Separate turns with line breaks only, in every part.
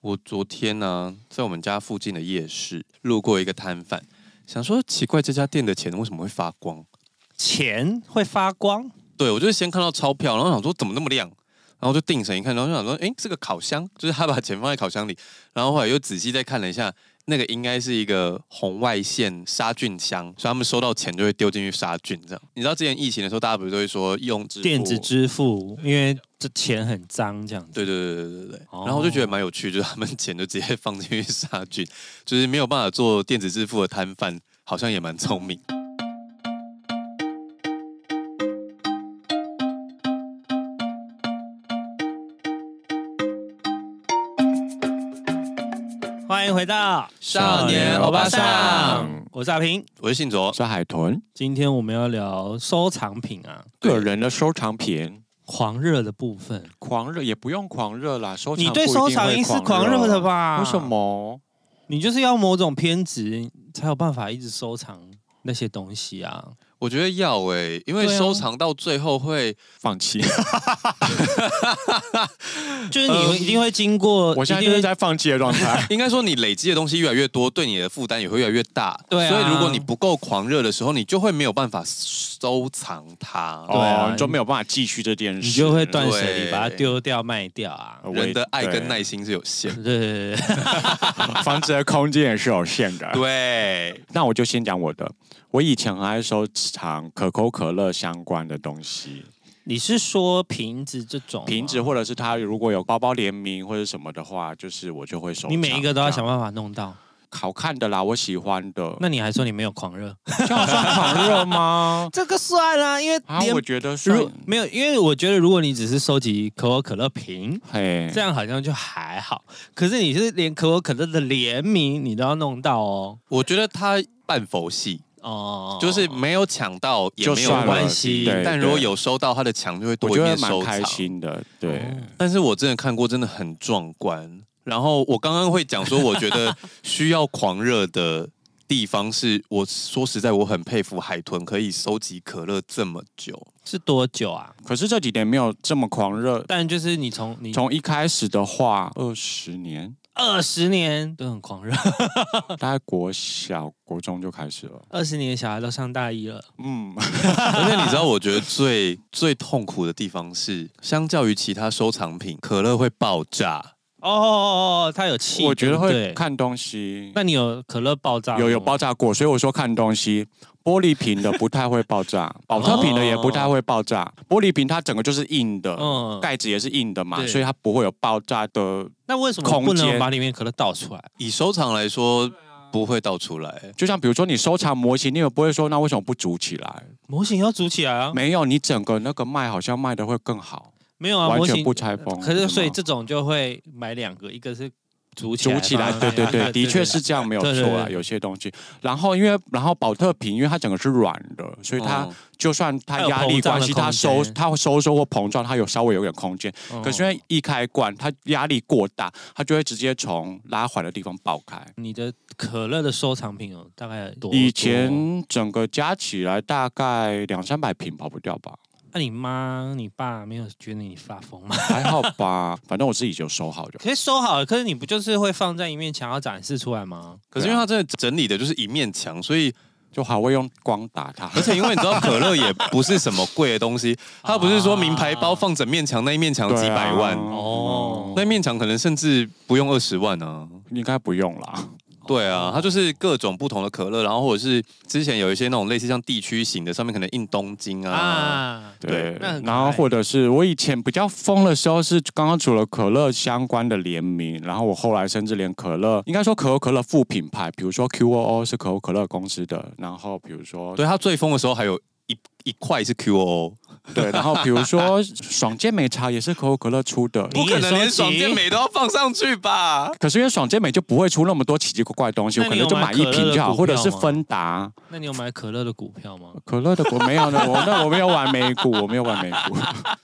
我昨天呢、在我们家附近的夜市路过一个摊贩，想说奇怪，这家店的钱为什么会发光？
钱会发光，
对我就是先看到钞票，然后想说怎么那么亮，然后就定神一看，然后就想说，诶，是个烤箱，就是他把钱放在烤箱里，然后后来又仔细再看了一下，那个应该是一个红外线杀菌箱，所以他们收到钱就会丢进去杀菌，这样。你知道之前疫情的时候，大家不是都会说用支付
电子支付，因为这钱很脏，这样子。
对对对对对对，
哦
然后我就觉得蛮有趣，就是他们 钱就直接放进去杀菌，就是没有办法做电子支付的摊贩，好像也蛮聪明。
欢迎回到
少年欧巴桑，
我是阿平。
我是信卓，
是海豚
今天我们要聊收藏品啊，
个人的收藏品，
狂热的部分。
狂热也不用狂热啦，收藏
你对收藏
一定
是
会
狂热的？吧？
为什？么？
你就是要某种偏执，才有办法一直收藏那些东西啊。
我觉得要诶、因为
对啊
收藏到最后会，。
放弃？
就是你一定会经过，
呃我现在
一
就
定
是
会
在放弃的状态
应该说你累积的东西越来越多，对你的负担也会越来越大。
对啊
所以如果你不够狂热的时候，你就会没有办法收藏它。
对啊
哦，你就没有办法继续这件事，
你就会断舍
对
离，把它丢掉、卖掉啊。
呃。我也
人的爱跟耐
对
心是有限的。
对对对 对，
房子的空间也是有限的。
对，
那我就先讲我的。我以前很爱收藏可口可乐相关的东西，
你是说瓶子这种吗
瓶子或者是它如果有包包联名或者什么的话，就是我就会收藏。
你每一个都要想
这
办
样
法弄到。
好看的啦，我喜欢 的。
那你还说你没有狂热？？
这样算狂热吗
这个算啊，因为
啊，我觉得算
如没有，因为我觉得如果你只是收集可口可乐瓶，
嘿
这样好像就还好。可是你是连可口可乐的联名你都要弄到哦，
我觉得它半佛系，
哦，
就是没有抢到也
就
没有
算了
关系
对，
但如果
对
有收到，它的墙就会
我
多一
觉得
面
蛮
收
开
藏。
心的，对。
但是我真的看过，真的很壮观。然后我刚刚会讲说，我觉 得需要狂热的地方是，我说实在，我很佩服海豚可以收集可乐这么久。
是多久啊？
可是这几年没有这么狂热，
但就是你从你
从一开始的话，二十年，
二十年都很狂热，
大概国小、国中就开始了。
二十年小孩都上大一了，
嗯，
而且你知道，我觉得 最最痛苦的地方是，相较于其他收藏品，可乐会爆炸。
哦哦哦哦，他有气，
我觉得
对
会
不对。
看东西，
那你有可乐爆炸吗？
有有爆炸过，所以我说看东西。玻璃瓶的不太会爆炸，保特瓶的也不太会爆炸。玻璃瓶它整个就是硬的，
嗯
盖子也是硬的嘛，
对
所以它不会有爆炸的。
那为什么
空
不能
间
把里面可乐倒出来？
以收藏来说，
啊
不会倒出来。
就像比如说你收藏模型，你也不会说那为什么不组起来？
模型要组起来啊！没
没有，你整个那个卖好像卖的会更好，
有啊，
完
模
全
型
不拆封。
可
吗
是所以这种就会买两个，一个是组起来
组
放
起
在
来
那，
对
边，
对对，的确是这样，没有
对对
错啊。
对
有些东西，然后因为然后保特瓶，因为它整个是软的，所以它
嗯
就算它
它有
压力
膨胀
关
的
系，
空
它收
间
它收缩或膨胀，它有稍微有点空间。
嗯
可是因为一开罐，它压力过大，它就会直接从拉环的地方爆开。
你的可乐的收藏品有大概多？多，
以前整个加起来大概两三百瓶跑不掉吧，
那啊你妈、你爸没有觉得你发疯 吗？
还好吧，反正我自己就收好就好。
可以收好，可是你不就是会放在一面墙要展示出来吗？
可是因为它真的整理的就是一面墙，所以
就还会用光打它。啊
而且因为你知道，可乐也不是什么贵的东西，它不是说名牌包放整面墙，那一面墙几百万，
对啊
哦
那一面墙可能甚至不用二十万啊。
应该不用啦。
对啊，它就是各种不同的可乐，然后或者是之前有一些那种类似像地区型的，上面可能印东京啊。
啊，
对，
那很可爱
然后或者是我以前比较疯的时候是刚刚除了可乐相关的联名，然后我后来甚至连可乐，应该说可口可乐副品牌，比如说 QOO 是可口可乐公司的，然后比如说
对，它最疯的时候还有一一块是 QO，
对，然后比如说爽健美茶也是可口可乐出的。
你
不
也
可能
收
连
集
爽健美都要放上去吧？
可是因为爽健美就不会出那么多奇奇怪怪的东西，
那
我
你
可能就
有买
买一
可乐
瓶
的
就好，
股
或者
票
是
吗
芬达
那你有买可乐的股票 吗？
可乐的我没有呢，我那我没有玩美股，我没有玩美股。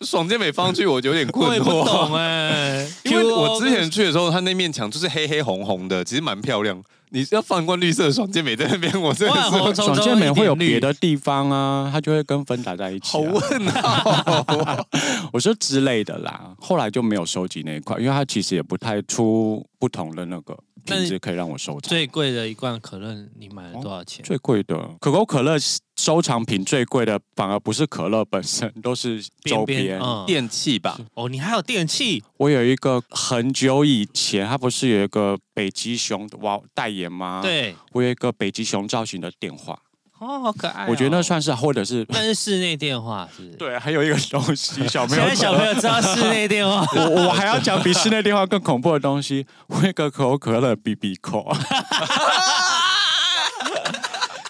爽健美放上去，我有点
我
困
也不
惑。
懂哎、
因为
QO
我之前去的时候，它那面墙就是黑黑红红的，其实蛮漂亮，你是要放罐绿色的爽健美在那边，我真的
万
是
红
爽
从
健
中
美会有
一点绿
别的地方啊，它就会跟芬达在一起、
好
啊。
问
啊
号。
我说之类的啦，后来就没有收集那一块，因为它其实也不太出不同的那个品质可以让我收藏。
最贵的一罐可乐，你买了多少钱？
最贵的可口可乐收藏品最贵的，反而不是可乐本身，都是周边。
嗯，
电器吧，
哦，你还有电器，
我有一个很久以前，它不是有一个北极熊的哇代言吗？，
对，
我有一个北极熊造型的电话，
哦，好可爱哦。
我觉得那算是或者是
那是室内电话，是不是？
对，还有一个东西，小 朋
现
友
在小朋友知道室内电 话
我我还要讲比室内电话更恐怖的东西，我一个可口 可乐 B B 扣，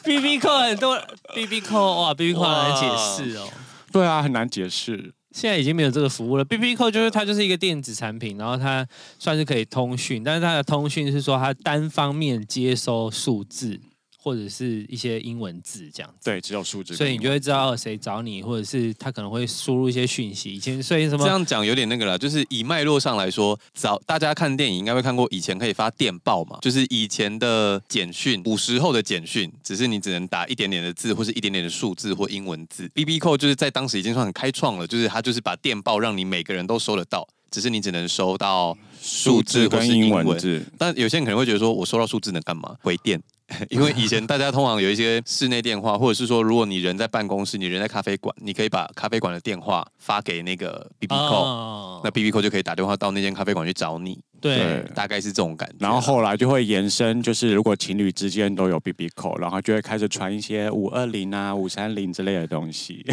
，B B 扣很多，B B 扣哇，B B 扣很难解释哦。
对啊，很难解释。
现在已经没有这个服务了。B B 扣就是它就是一个电子产品，然后它算是可以通讯，但是它的通讯是说它单方面接收数字或者是一些英文字这样子。
对，只有数字。
所以你就会知道谁找你，或者是他可能会输入一些讯息。以前所以什
这
么
样讲有点那个啦，就是以脉络上来说，早大家看电影应该会看过以前可以发电报嘛，就是以前的简讯，五十后的简讯，只是你只能打一点点的字或是一点点的数字或英文字。B B 扣就是在当时已经算很开创了，就是它就是把电报让你每个人都收得到，只是你只能收到数字或
跟
是英
文
文。
字，
但有些人可能会觉得说，我收到数字能干嘛？回电。 因为以前大家通常有一些室内电话，或者是说，如果你人在办公室，你人在咖啡馆，你可以把咖啡馆的电话发给那个 B B 扣，
哦
那 B B 扣就可以打电话到那间咖啡馆去找你，
对
对，
大概是这种感觉。
然 后后来就会延伸，就是如果情侣之间都有 B B 扣，然后就会开始传一些五二零啊、五三零之类的东西。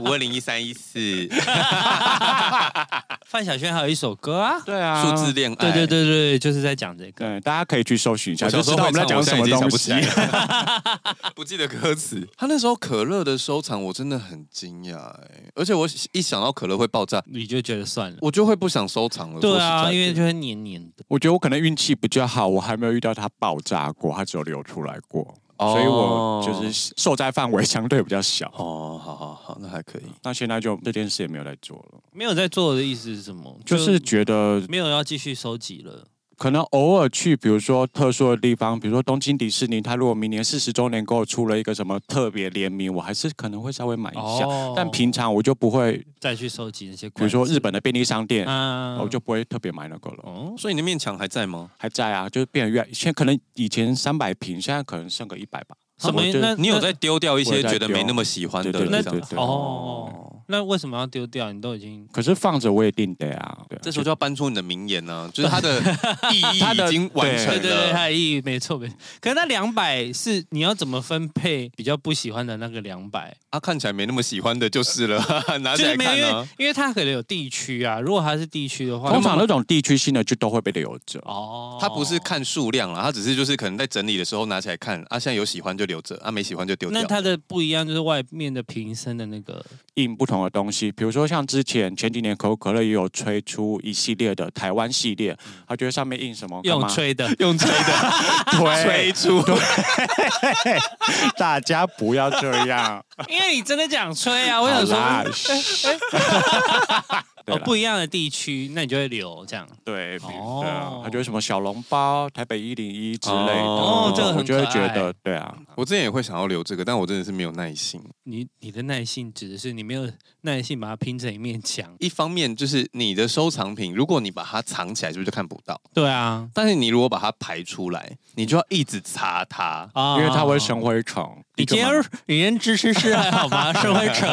五二零一三一四
范晓萱还有一首歌 啊，
对啊
数字恋爱，
对对对对，就是在讲这个。
对，大家可以去搜寻一下，
我
就
小
知
时候
道我
会
们在
唱，
讲
我
什
现在已
么
经想
东
不起
西
来。了，不记得歌词。他那时候可乐的收藏，我真的很惊讶、欸，而且我一想到可乐会爆炸，
你就觉得算了，
我就会不想收藏了。
对
说实在
啊，
的
因为就会黏黏的。
我觉得我可能运气比较好，我还没有遇到它爆炸过，它只有流出来过，
哦
所以我就是受灾范围相对比较小。
哦，好好好，那还可以。
那现在就这件事也没有在做了，
没有在做的意思是什么？
就是觉得
没有要继续收集了。
可能偶尔去，比如说特殊的地方，比如说东京迪士尼，它如果明年四十周年给我出了一个什么特别联名，我还是可能会稍微买一下。
哦
但平常我就不会，
再去收集那些
比
罐
如
子，
说日本的便利商店，
啊
我就不会特别买那个了。
哦，
所以你的面墙还在吗？
还在啊，就是变得越来现在可能以前三百平，现在可能剩个一百吧。
什么
我就
那
你有在丢掉一
我
些
有在
觉得
丢
没那么喜欢的
对对
那种
对对
吗
对
哦？那为什么要丢掉？你都已经
可是放着我也定得啊。对啊
这时候就要搬出你的名言呢、就是它 的意义
它
已
的
经完成
对
对
了。
对对，它的意义没错没错。可是那两百是你要怎么分配比较不喜欢的那个两百？
他看起来没那么喜欢的就是了，拿起
就是
啊来
没有，
看
因
呢、
为因为它可能有地区啊。如果它是地区的话，
通常那种地区性的就都会被留着。
哦，
他不是看数量了，他只是就是可能在整理的时候拿起来看啊，现在有喜欢就留着，啊没喜欢就丢掉
那。它的不一样，就是外面的瓶身的那个
印不同的东西，比如说像之前前几年可口可乐也有推出一系列的台湾系列，它就会上面印什么
用吹
吹
的，
用吹的吹，
推
出，
大家不要这样。
因为你真的讲吹啊，我想说
好啦
哎
嘘对
哦
啦
不一样的地区，那你就会留这样。
对，比
哦
对啊，它就是什么小笼包、台北一零一之类的，
哦这个
很
我就会
可
觉
爱
得对啊，
我之前也会想要留这个，但我真的是没有耐心。
你你的耐性指的是你没有耐性把它拼成一面墙。
一方面就是你的收藏品，如果你把它藏起来，是不是就看不到？
对啊，
但是你如果把它排出来，你就要一直擦它。
啊
因为它会生。灰尘。
你今天你人知识是还好吗？社会成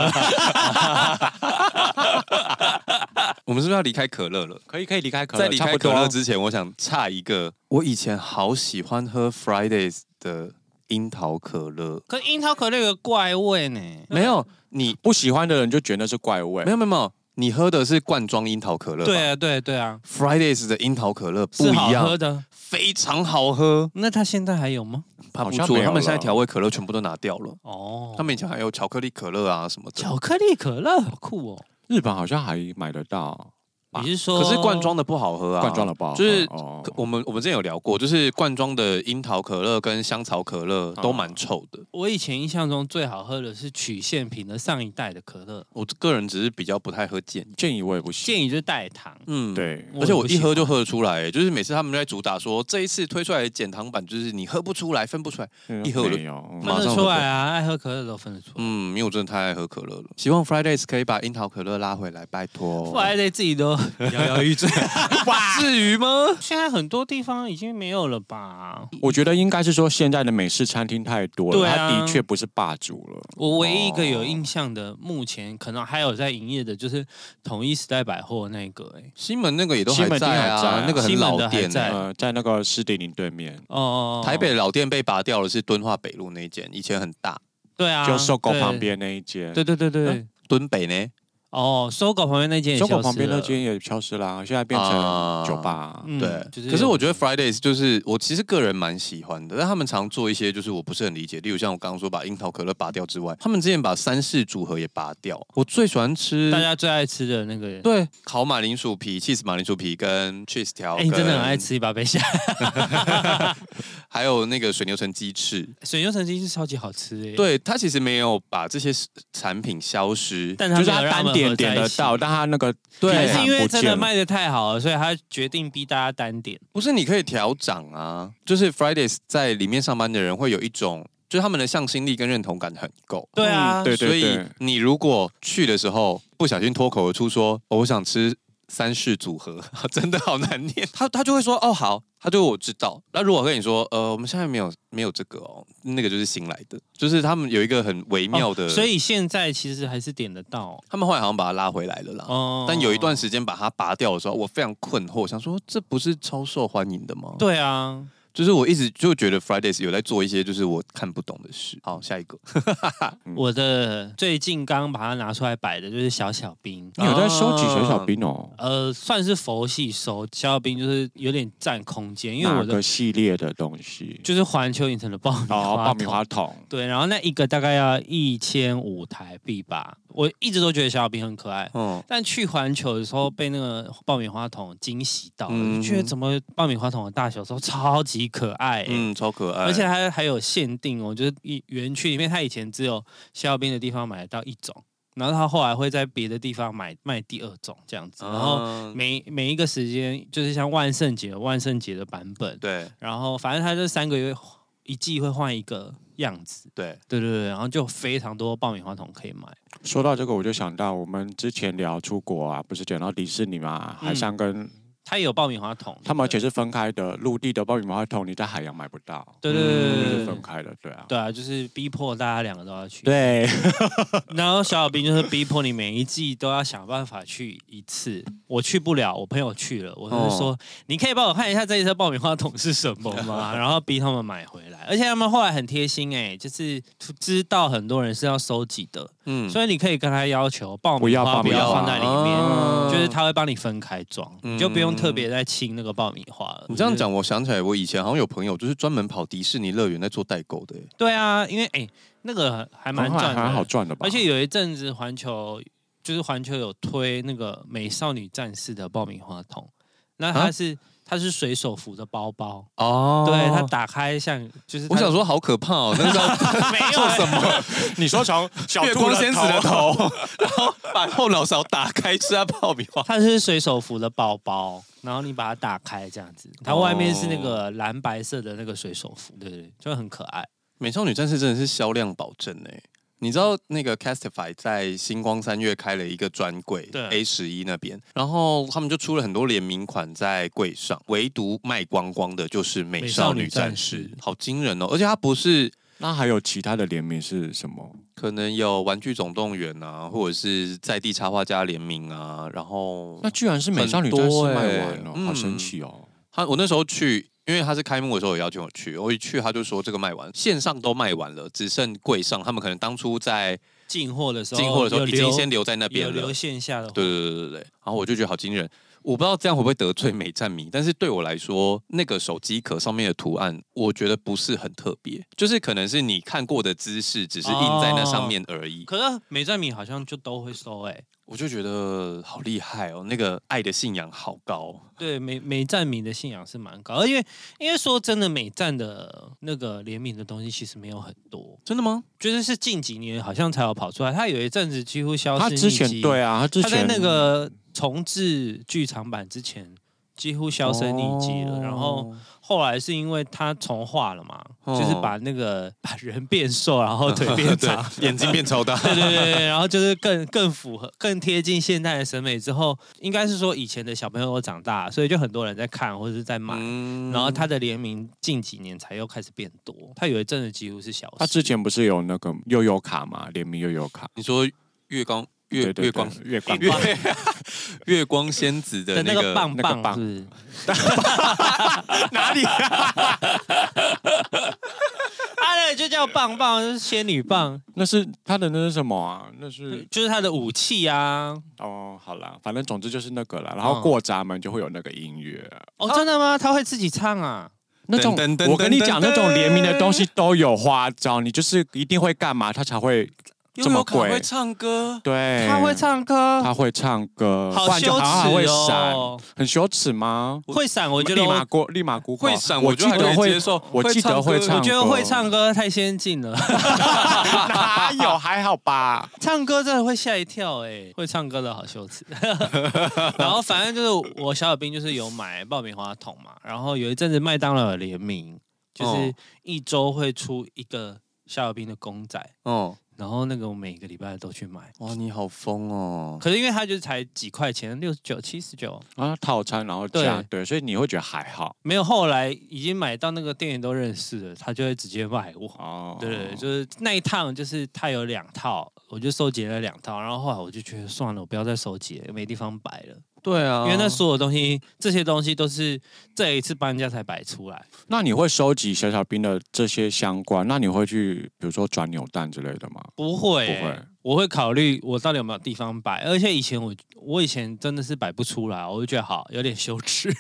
我们是不是要离开可乐了？
可以可以离开可乐，
在离
差
开
不
可
多啊
乐之前，我想差一个，我以前好喜欢喝 Fridays 的樱桃可乐，
可樱桃可乐有个怪味
嗯
呢。
没有你，
不喜欢的人就觉得是怪味
没。有没有没有，你喝的是罐装樱桃可乐，
对。啊，对啊对啊，
Fridays 的樱桃可乐不
是好
一
喝
样，
的。
非常好喝。
那它现在还有吗？
怕不
好像
出
没有
他们现在
了
调味可乐全部都拿掉了。
哦，
他们以前还有巧克力可乐啊什么的，
巧克力可乐好酷哦。
日本好像还买得到，啊
你是说？
可是罐装的不好喝啊。
罐装的不好喝，
就是
哦哦
可我们我们之前有聊过，就是罐装的樱桃可乐跟香草可乐
嗯
都蛮臭的。
我以前印象中最好喝的是曲线瓶的上一代的可乐，
我个人只是比较不太喝健饮，
建议我也不行。
建议就是代糖。
嗯，。
对，
而且我一喝
也不喜欢
就喝得出来、就是每次他们在主打说这一次推出来的减糖版，就是你喝不出来、分不出来。一喝我就
没有，嗯
马上
分得
喝
出来啊，爱喝可乐都分得出来。
嗯，因为我真的太爱喝可乐了。希望 Fridays 可以把樱桃可乐拉回来，拜托。
富爱对自己都 摇摇欲坠，哇，至于吗？现在很多地方已经没有了吧？
我觉得应该是说现在的美式餐厅太多了，
对啊
它的确不是霸主了。
我唯一一个有印象的，目前可能还有在营业的，就是统一时代百货那个、哎，
西门那个也都
西
还
门
在
一定还
啊，
在
那个很老
西门的还
店、
在
欸。
呃，在那个士丁林对面，
哦哦，哦
台北的老店被拔掉了，是敦化北路那一间，以前很大。
对啊，
就搜狗
对
旁，边那一间，
对对对对，对
敦北呢？
哦，搜狗旁边那间也
搜
消
狗
失
旁边那
了，
间也消失啦，现在变
啊
成酒吧。
嗯
对，
就是
可是我觉得
有
Fridays 就是我其实个人蛮喜欢的，但他们常做一些就是我不是很理解，例如像我刚刚说把樱桃可乐拔掉之外，他们之前把三世组合也拔掉。我最喜欢吃
大家最爱吃的那个，
对烤马铃薯皮、cheese 马铃薯皮跟 cheese
啊
条，
哎，你真的很爱，吃一把贝虾，
还有那个水牛城鸡翅。
水牛曾经是超级好吃、哎，，
对，它其实没有把这些产品消失，
但啊
就是
没
它
有让
单
们
点
合在
点得
一起
到，但它那个
对
还
还
是因为真的
卖。
卖的太好了，所以他决定逼大家单点。
不是你可以调涨啊，就是 Fridays 在里面上班的人会有一种，就是他们的向心力跟认同感很够。
对啊，
嗯对
所以你如果去的时候不小心脱口而出说、哦我想吃三世组合， 真的好难念，他他就会说哦好，他就我知道。那如果跟你说呃我们现在没有没有这个哦，那个就是新来的，就是他们有一个很微妙的，
哦所以现在其实还是点得到
他们后来好像把它拉回来了啦。
哦。
但有一段时间把它拔掉的时候，我非常困惑，想说这不是超受欢迎的吗？
对啊，
就是我一直就觉得 Fridays 有在做一些就是我看不懂的事。好，下一个，
嗯
我的最近刚把它拿出来摆的就是小小兵。
你有在收集
啊
小小兵哦？
呃，算是佛系收小小兵，就是有点占空间，因为
哪
我的
个系列的东西？
就是环球影城的爆米
哦，
花
爆米
桶
花桶。
对，然后那一个大概要一千五台币吧。我一直都觉得小小兵很可爱，
嗯，
但去环球的时候被那个爆米花桶惊喜到了，
嗯
就觉得怎么爆米花桶的大小都超级可爱、欸，
嗯，超可爱，
而且它还有限定哦，就是一园区里面，它以前只有肖冰的地方买得到一种，然后它后来会在别的地方买卖第二种这样子，然后
嗯
每每一个时间就是像万圣节有万圣节的版本，
对
然后反正它这三个月一季会换一个样子，
对，
对对对，然后就有非常多爆米花桶可以买。
说到这个，我就想到我们之前聊出国啊，不是讲到迪士尼嘛，
嗯
海上跟
它也有爆米花桶，
他们而且是分开的，陆地的爆米花桶你在海洋买不到，
对对对
就
对
是
对对
分开的，对啊。
对啊，就是逼迫大家两个都要去。
对，
然后小小兵就是逼迫你每一季都要想办法去一次。我去不了，我朋友去了，我就是
哦
说，你可以帮我看一下这一车爆米花桶是什么吗？然后逼他们买回来，而且他们后来很贴心哎、就是知道很多人是要收集的，
嗯，
所以你可以跟他要求爆
不
米
要
花
爆
不
米
要
花嗯
放在里面，
啊
就是他会帮你分开装，你就不用特别再清那个爆米花了。
你这样讲，我想起来，我以前好像有朋友就是专门跑迪士尼乐园在做代购的耶，
对啊，因为哎、那个还蛮
蛮
赚的，
还好赚的吧？
而且有一阵子环球就是环球有推那个美少女战士的爆米花桶，那它
啊
是、它是水手服的包包，
哦
对，它打开像就是它
我想说好可怕哦，那时候
没有啊什么，
你说从小
月光仙子的头， 然后把后脑勺打开吃它爆米花，
它是水手服的包包，然后你把它打开这样子，
哦
它外面是那个蓝白色的那个水手服，对对对，就很可爱。
美少女战士真的是销量保证哎。你知道那个 Castify 在星光三月开了一个专柜
对
，A 十一那边，然后他们就出了很多联名款在柜上，唯独卖光光的就是美少女战士，
美少女战士
好惊人哦！而且它不是
那还有其他的联名是什么？
可能有玩具总动员啊，或者是在地插画家联名啊，然后
那居然是美少女战士
很多
卖
欸
完了，
嗯
好神奇哦！
他我那时候去，因为他是开幕的时候有邀请我去，我一去他就说这个卖完，线上都卖完了，只剩柜上，他们可能当初在
进货的时候，
进货的时候
有
已
留
经先留在那
有
边了
留。线下的，
对对对对对，然后我就觉得好惊人。我不知道这样会不会得罪美站迷，但是对我来说，那个手机壳上面的图案，我觉得不是很特别，就是可能是你看过的姿势，只是印在那
哦
上面而已。
可是美赞米好像就都会收哎、
我就觉得好厉害哦，那个爱的信仰好高。哦
对美美赞米的信仰是蛮高，因为因为说真的，美赞的那个联名的东西其实没有很多，
真的吗？
就是是近几年好像才有跑出来。他有一阵子几乎消失
嗯
匿
他
迹，
之前对啊，他之
他在
前
那个重置剧场版之前几乎销声匿迹了，然
哦
后。后来是因为他重画了嘛，
哦
就是把那个把人变瘦，然 后腿变长，
对，眼睛变超大。
对对对对，然后就是更更符合、更贴近现代的审美之后，应该是说以前的小朋友都长大，所以就很多人在看或者是在买。
嗯
然后他的联名近几年才又开始变多，他有一阵子几乎是消失。
他之前不啊是有那个悠悠卡嘛，联名悠悠卡，
你说月光月
对对对
月光
月光
月 月光仙子的
的
那
那
个
个棒
那个
棒
棒
是不是
哪里
啊，那个就叫棒棒，就是仙女棒，
那是他的那是什么啊？那是
就是他的武器啊。
哦，好啦，反正总之就是那个啦。然后过闸门就会有那个音乐，啊
哦，真的吗？他会自己唱啊？
那种
噔噔噔
我跟你讲，
噔噔
那种联名的东西都有花招，你就是一定会干嘛，他才会这么
悠悠卡
贵
会。唱歌，
对，
他会，唱歌，
他会唱歌，哎不
好
然
羞
就
耻
好像会闪，
哦。
很羞耻吗？
会闪，我觉得
立
我
马过，立马 Google
会闪
我
我
记
觉得
得
还可以
会
接受
我记得会
会
唱歌，
唱
我觉得会唱歌哦太先进了。
哪有 还好吧？
唱歌真的会吓一跳哎、会唱歌的好羞耻。 然后反正就是我小小兵就是有买爆米花桶嘛，然后有一阵子麦当劳有联名，就是
哦
一周会出一个小小兵的公仔，
哦，
然后那个我每个礼拜都去买。
哇，你好疯哦！
可是因为它就是才几块钱，六十九、七十九，
啊，套餐然后加对，所以你会觉得还好
没有后来已经买到那个店员都认识了，他就会直接卖我。
哦。
对对，对就是那一趟，就是他有两套，我就收集了两套，然后后来我就觉得算了，我不要再收集了，没地方摆了，
对啊
因为那所有东西，这些东西都是这一次搬家才摆出来。
那你会收集小小兵的这些相关？那你会去比如说转扭蛋之类的吗？
不会、欸
不会
我会考虑我到底有没有地方摆，而且以前我我以前真的是摆不出来，我就觉得好有点羞耻，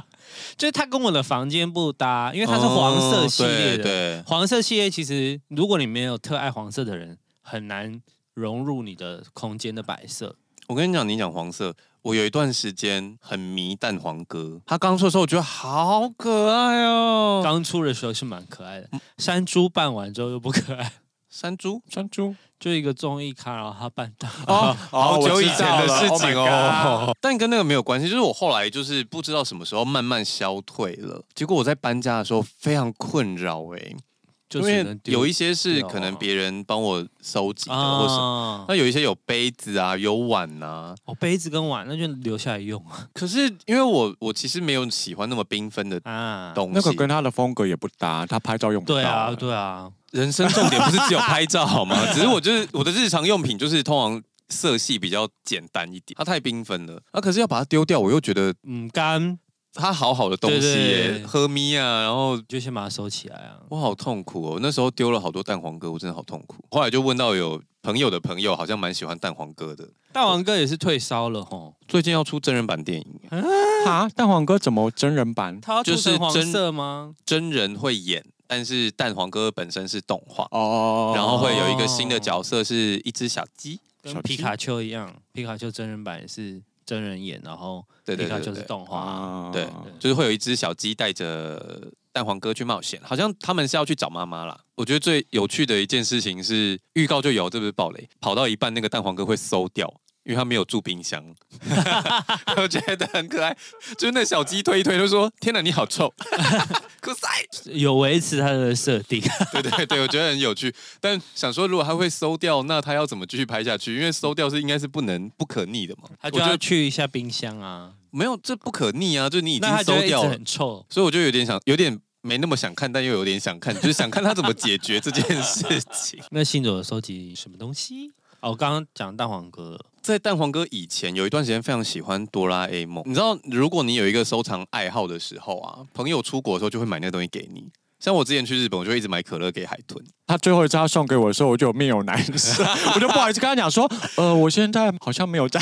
就是它跟我的房间不搭，因为它是黄色系列的，
哦对
黄色系列其实，如果你没有特爱黄色的人，很难融入你的空间的摆设。
我跟你讲，你讲黄色，我有一段时间很迷蛋黄哥，他刚出的时候我觉得好可爱哦。
刚出的时候是蛮可爱的，
嗯
山猪扮完之后又不可爱，
山猪，
山猪
就一个综艺咖，然后他扮大。
哦，
好久
我
以
知
前
道
的
了
事
Oh my
情
God
哦，但跟那个没有关系。就是我后来就是不知道什么时候慢慢消退了，结果我在搬家的时候非常困扰哎、
就
因
只
为
能丢
有一些是
掉啊
可能别人帮我收集的，或什么。
啊，
那有一些有杯子啊，有碗啊，
哦，杯子跟碗那就留下来 用啊
可是因为我我其实没有喜欢那么缤纷的
啊。
东西，
那个跟他的风格也不搭，他拍照用不到。
对啊，对啊，
人生重点不是只有拍照好 吗？只是我就是我的日常用品就是通常色系比较简单一点，它太缤纷了。啊，可是要把它丢掉，我又觉得
嗯，干
它好好的东西
对对
耶
对，
喝咪啊，然后
就先把它收起来啊。
我好痛苦哦。我那时候丢了好多蛋黄哥，我真的好痛苦。后来就问到有朋友的朋友，好像蛮喜欢蛋黄哥的，
大王哥也是退烧了吼，
最近要出真人版电影，
啊，蛋黄哥怎么真人版？
他要涂
就是
成黄
真
色吗？
真人会演，但是蛋黄哥本身是动画。
哦
然后会有一个新的角色是一只小鸡，
跟
小
皮
鸡
卡丘一样，皮卡丘真人版也是真人演，然后
对对对
皮卡
对
丘是
对
动画啊。
啊
对，就是会有一只小鸡带着蛋黄哥去冒险，好像他们是要去找妈妈啦。我觉得最有趣的一件事情是预告就有，这不是暴雷，跑到一半那个蛋黄哥会馊掉。因为他没有住冰箱，我觉得很可爱。就是那小鸡推一推，就说：“天哪，你好臭！” 可塞。
有维持它的设定，
对对对，我觉得很有趣。但想说，如果他会馊掉，那他要怎么继续拍下去？因为馊掉是应该是不能不可逆的嘛。
它
我
就
觉
要
得
去一下冰箱啊，
没有，这不可逆啊！就你已经
那它就
馊
会一直
掉了，
很臭。
所以我就有点想，有点没那么想看，但又有点想看，就是想看他怎么解决这件事情。
那信总有收集什么东西？哦，我刚刚讲蛋黄 哥了，
在蛋黄哥以前有一段时间非常喜欢哆啦 A 梦，你知道，如果你有一个收藏爱好的时候啊，朋友出国的时候就会买那个东西给你，像我之前去日本，我就一直买可乐给海豚。
他最后一次他送给我的时候，我就有面有难 色，我就不好意思跟他讲说，呃，我现在好像没有在，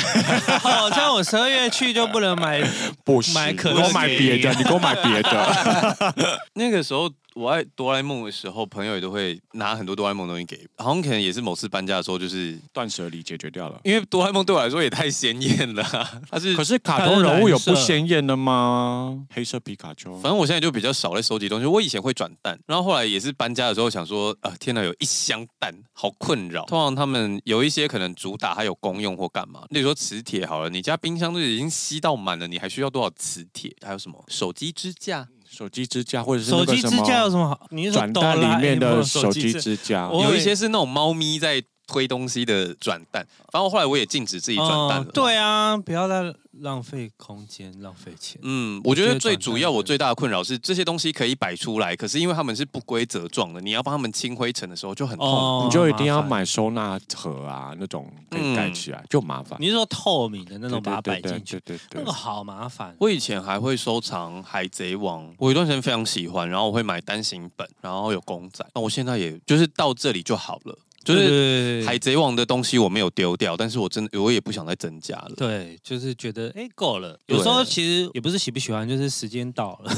哦，这样我十二月去就不能 买
不行，
买可乐
你给我买别的，
给
你给我买 别的。
那个时候我爱哆啦 A 梦的时候，朋友也都会拿很多哆啦 A 梦的东西给，好像可能也是某次搬家的时候，就是
断舍离解决掉了。
因为哆啦 A 梦对我来说也太鲜艳了啊、它是
可是卡通人物有不鲜艳的吗？黑色皮卡丘
反，正我现在就比较少在收集东西。我以前会转蛋，然后后来也是搬家的时候想说，啊、天哪，有一箱蛋，好困扰。通常他们有一些可能主打还有公用或干嘛，例如说磁铁好了，你家冰箱都已经吸到满了，你还需要多少磁铁？还有什么手机支架？
手机支架或者是那
手
个
机
什
支
么
架有什么好？你是说
转
哆
蛋
啦哎
里
A
面
梦
的
的
手机
支
支架。
我以为
有一些是那种猫咪在推东西的转蛋，反正我后来我也禁止自己转蛋了。
嗯对啊，不要再浪费空间、浪费钱。
嗯，我觉得最主要，
我觉
我最
得短暂的
大的困扰是这些东西可以摆出来，可是因为它们是不规则状的，你要帮它们清灰尘的时候就很痛。
哦
你就一定要买收纳盒啊，那种可以盖起来，就麻烦。
嗯你是说透明的那
那
种，把它摆进去，，
对对对
那个好麻烦。啊
我以前还会收藏《海贼王》，我有一段时间非常喜欢，然后我会买单行本，然后有公仔。那我现在也就是到这里就好了，就是
是
《海贼王》的东西我没有丢掉，但是我真的我也不想再增加了。
对，就是觉得哎够了。有时候其实也不是喜不喜欢，就是时间到了。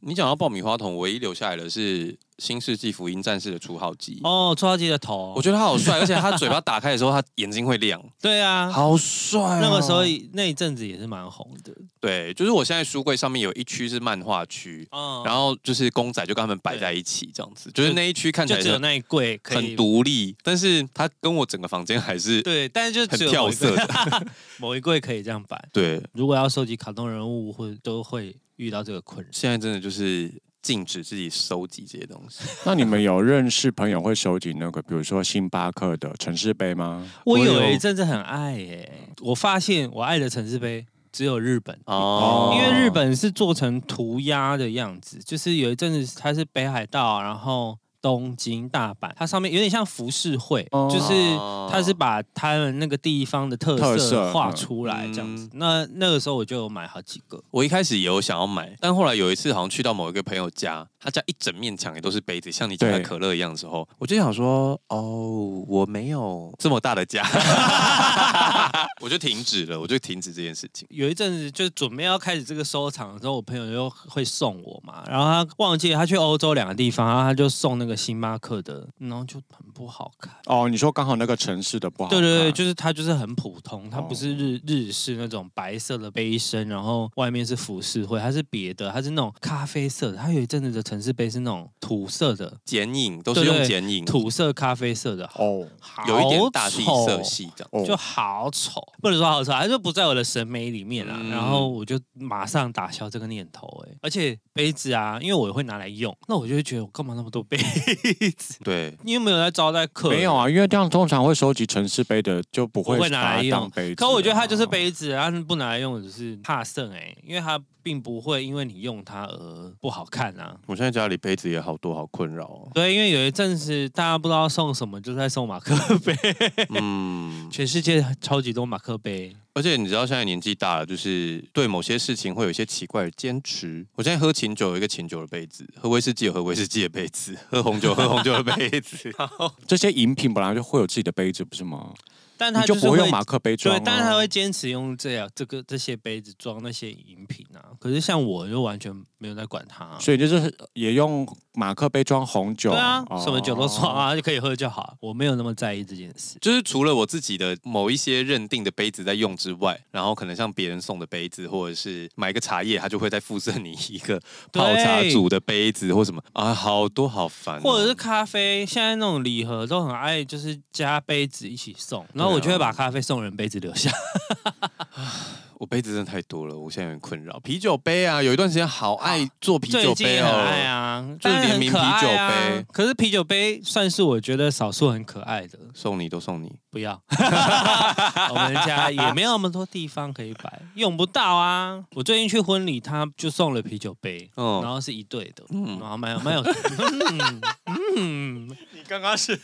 你讲到爆米花桶，唯一留下来的是《新世纪福音战士》的初号机。
哦，戳到自己的头。
我觉得他好 帅，而且他嘴巴打开的时候，他眼睛会亮，
对啊，
好帅哦、
那个时候那一阵子也是蛮红的。
对，就是我现在书柜上面有一区是漫画区，
嗯，
然后就是公仔就跟他们摆在一起这样子，就是那一区看起
就
来
只有
是
那一柜可以
很。独立，但是它跟我整个房间还是
对，但是就
很
只有
跳色的。
某一柜可以这样摆。
对，
如果要收集卡通人物，或都会遇到这个困扰。
现在真的就是禁止自己收集这些东 西。
那你们有认识朋友会收集那个，比如说星巴克的城市杯吗？
我
我
有
有一阵子很爱耶、我发现我爱的城市杯只有日本。
哦
因为日本是做成涂鸦的样子，就是有一阵子它是北海道，然后东京、大阪，它上面有点像浮世绘，
哦
就是它是把他们那个地方的特
特色
色
嗯
画出来这样子。那那个时候我就有买好几个，
我一开始也有想要买，但后来有一次好像去到某一个朋友家，他家一整面墙也都是杯子，像你讲的
对
可乐一样的时候，我就想说，哦，我没有这么大的家， 我就停止了，我就停止这件事情。
有一阵子就是准备要开始这个收藏的时候，我朋友又会送我嘛，然后他忘记了他去欧洲两个地方，然后他就送那个星巴克的，然后就很不好看。
哦，你说刚好那个城市的不好看，
对对对，就是它就是很普通，它不是
哦
日、日式那种白色的杯身，然后外面是浮世绘，它是别的，它是那种咖啡色的。它有一阵子的城市杯是那种土色的，
剪影都是
对
用
对
剪影，
土色咖啡色的，
哦
好
有一点大地色
丑
系这样。
哦，
就好丑，不能说好丑，它就不在我的审美里面啦。
嗯
然后我就马上打消这个念头、哎，而且杯子啊，因为我会拿来用，那我就会觉得我干嘛那么多杯 子？
对，
你有没有在招待客人？
没有啊，因为这样通常会收集城市杯的就不会
不会拿来
把它
用
当杯子啊
可我觉得它就是杯子，然后不拿来用，只是怕剩哎、因为它并不会因为你用它而不好看啊。。
我现在家里杯子也好多，好困扰、哦
对，因为有一阵子大家不知道送什么，就在送马克杯，
嗯，
全世界超级多马克杯。
而且你知道现在年纪大了，就是对某些事情会有一些奇怪的坚持。我现在喝琴酒有一个琴酒的杯子，喝威士忌有喝威士忌的杯子，喝红酒有喝红酒的杯 子。
这些饮品本来就会有自己的杯子，不是吗？
但
你
它
就是不会
会
用马克杯装啊，
对，但是他会坚持用这样这个这些杯子装那些饮品啊。可是像我就完全没有在管它、
所以就是也用马克杯装红酒，
对啊，
哦
什么酒都装啊，就可以喝就好。我没有那么在意这件事。
就是除了我自己的某一些认定的杯子在用之外，然后可能像别人送的杯子，或者是买个茶叶，他就会再附赠你一个泡茶
对
煮的杯子或什么啊，好多好烦哦、
或者是咖啡，现在那种礼盒都很爱，就是加杯子一起送，然后我就
啊
会把咖啡送人杯子留下。
我杯子真的太多了，我现在有点困扰。啤酒杯啊，有一段时间好爱做啤酒
最近
杯
也
哦，
很爱啊，
就是
但
联名
很可爱啊
啤酒杯。
可是啤酒杯算是我觉得少数很可爱的，
送你都送你。
不要， 我们家也没有那么多地方可以摆，用不到啊。我最近去婚礼，他就送了啤酒杯，然
嗯，
后是一对的，
嗯
然后蛮有 蛮有，嗯嗯
你刚刚是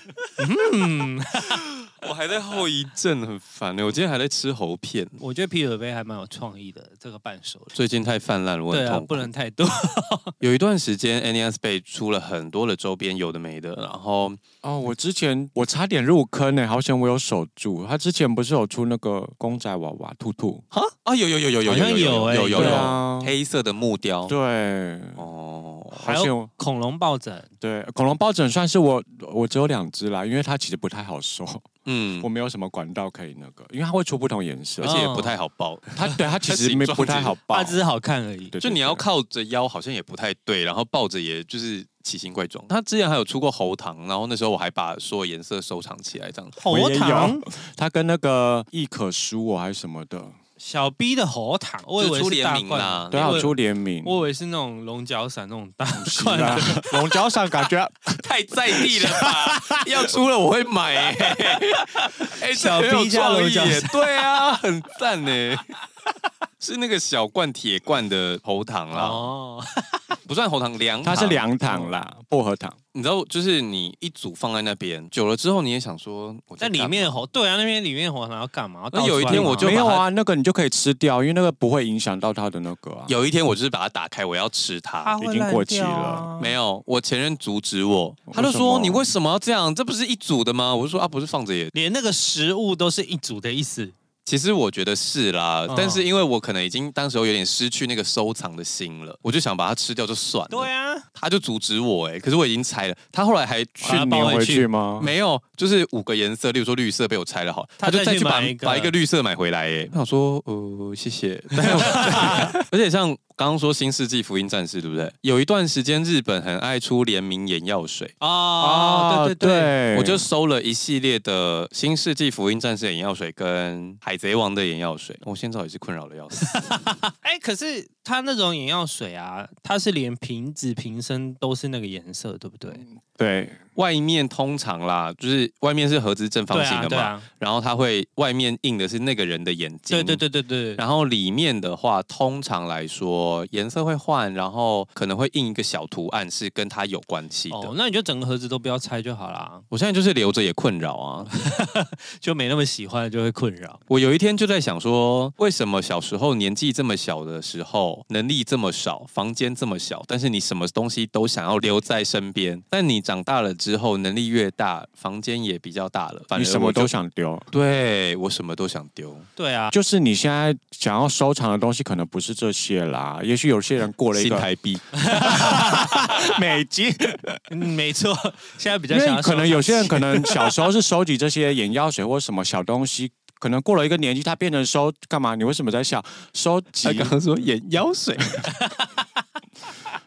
嗯，
我还在后遗症，很烦欸呢、我今天还在吃喉片，
我觉得啤酒杯还蛮有创意的，这个伴手礼。
最近太泛滥了，我很
对啊，
痛苦
不。能太多。
有一段时间 a n i a s Bay 出了很多的周边，有的没的，然后
哦，我之前我差点入坑呢、好险我有守住。他之前不是有出那个公仔娃娃兔兔？
哈啊，有有有有有
好像有欸
有有
对
有
啊，
黑色的木雕，
对，
哦，
好险我
恐龙抱枕，
对恐龙抱枕算是我我只有两只啦，因为它其实不太好收，
嗯
我，没有什么管道可以那个，因为它会出不同颜色
而，且也不太好抱，
它对它其 实
形
没
状
不太
其实啊
好抱
它，只是好看而已。
对
哦就你要。靠着腰好像也不太对，然后抱着也就是奇形怪状。他之前还有出过喉糖，然后那时候我还把所有颜色收藏起来，这 样。
对
喉
对对我也
糖
有，它跟那个易可舒我还是什么的，
啊
小 B 的喉糖，我以
就
为
出
是
联
大
名
罐
啦
对，啊
因
它
为
有出联名。
我以为是那种龙角散那种大
是
罐
啦
啊
的，
龙角散感觉
太在地了吧？要出了我会买、欸。哎、
小
这很有
B 加
创
楼
意
角
耶对 啊，很赞呢、是那个小罐铁罐的喉糖啦，
哦，
不算喉糖，凉
它是
糖嗯
凉糖啦，薄荷糖。
你知道，就是你一组放在那边久了之后，你也想说，我在
在里
干嘛
面喉，对啊，那边里面喉糖要干嘛？
那有一
倒出来
天我
吗
就
没有
把它
啊，那个你就可以吃掉，因为那个不会影响到它的那个啊。
有一天我就是把它打开，我要吃它。
它会
已经
烂
过期
掉
了
啊
没有，我前任阻止我，他
为
就
什
说
么
你为什么要这样？这不是一组的吗？我就说啊，不是放着也。
连那个食物都是一组的意思。
其实我觉得是啦，
嗯
但是因为我可能已经当时候有点失去那个收藏的心了，我就想把它吃掉就算了。
对啊，
他就阻止我哎、可是我已经拆了，他后来还去
去
把它
粘
包啊回
回
去
去吗？
没有，就是五个颜色，例如说绿色被我拆了好，他
他
就
再
再
去
去把
买一个
把一个绿色买回来哎。我想说呃谢 谢，但是我而且像刚刚说《新世纪福音战士》对不对？有一段时间日本很爱出联名眼药水。啊
哦，对对对，
对
我就收了一系列的《新世纪福音战士》的眼药水跟《海贼王》的眼药水，我现在也是困扰的要 死。
哎，可是它那种眼药水啊，它是连瓶子瓶身都是那个颜色，对不对？
对，
外面通常啦，就是外面是盒子正方
对
形
啊，
的嘛，
对啊，
然后它会外面印的是那个人的眼睛，
对对。对对对，
然后里面的话，通常来说颜色会换，然后可能会印一个小图案，是跟它有关系的。
哦，那你就整个盒子都不要拆就好啦，
我现在就是留着也困扰啊，
就没那么喜欢就会困扰。
我有一天就在想说，为什么小时候年纪这么小的时候，能力这么少，房间这么小，但是你什么东西都想要留在身边？但你长大了之后，能力越大，房间也比较大了，反
你
而
什么
我就
都想丢。
对我什么都想丢。
对啊，
就是你现在想要收藏的东西，可能不是这些啦。也许有些人过了一
新
个
台币，
美金，
嗯，没错，现在比
因
较想
为
要
可能有些人
收
可能小时候是收集这些眼药水或什么小东西，可能过了一个年纪，他变成收干嘛？你为什么在笑？收集
他刚刚说眼药水，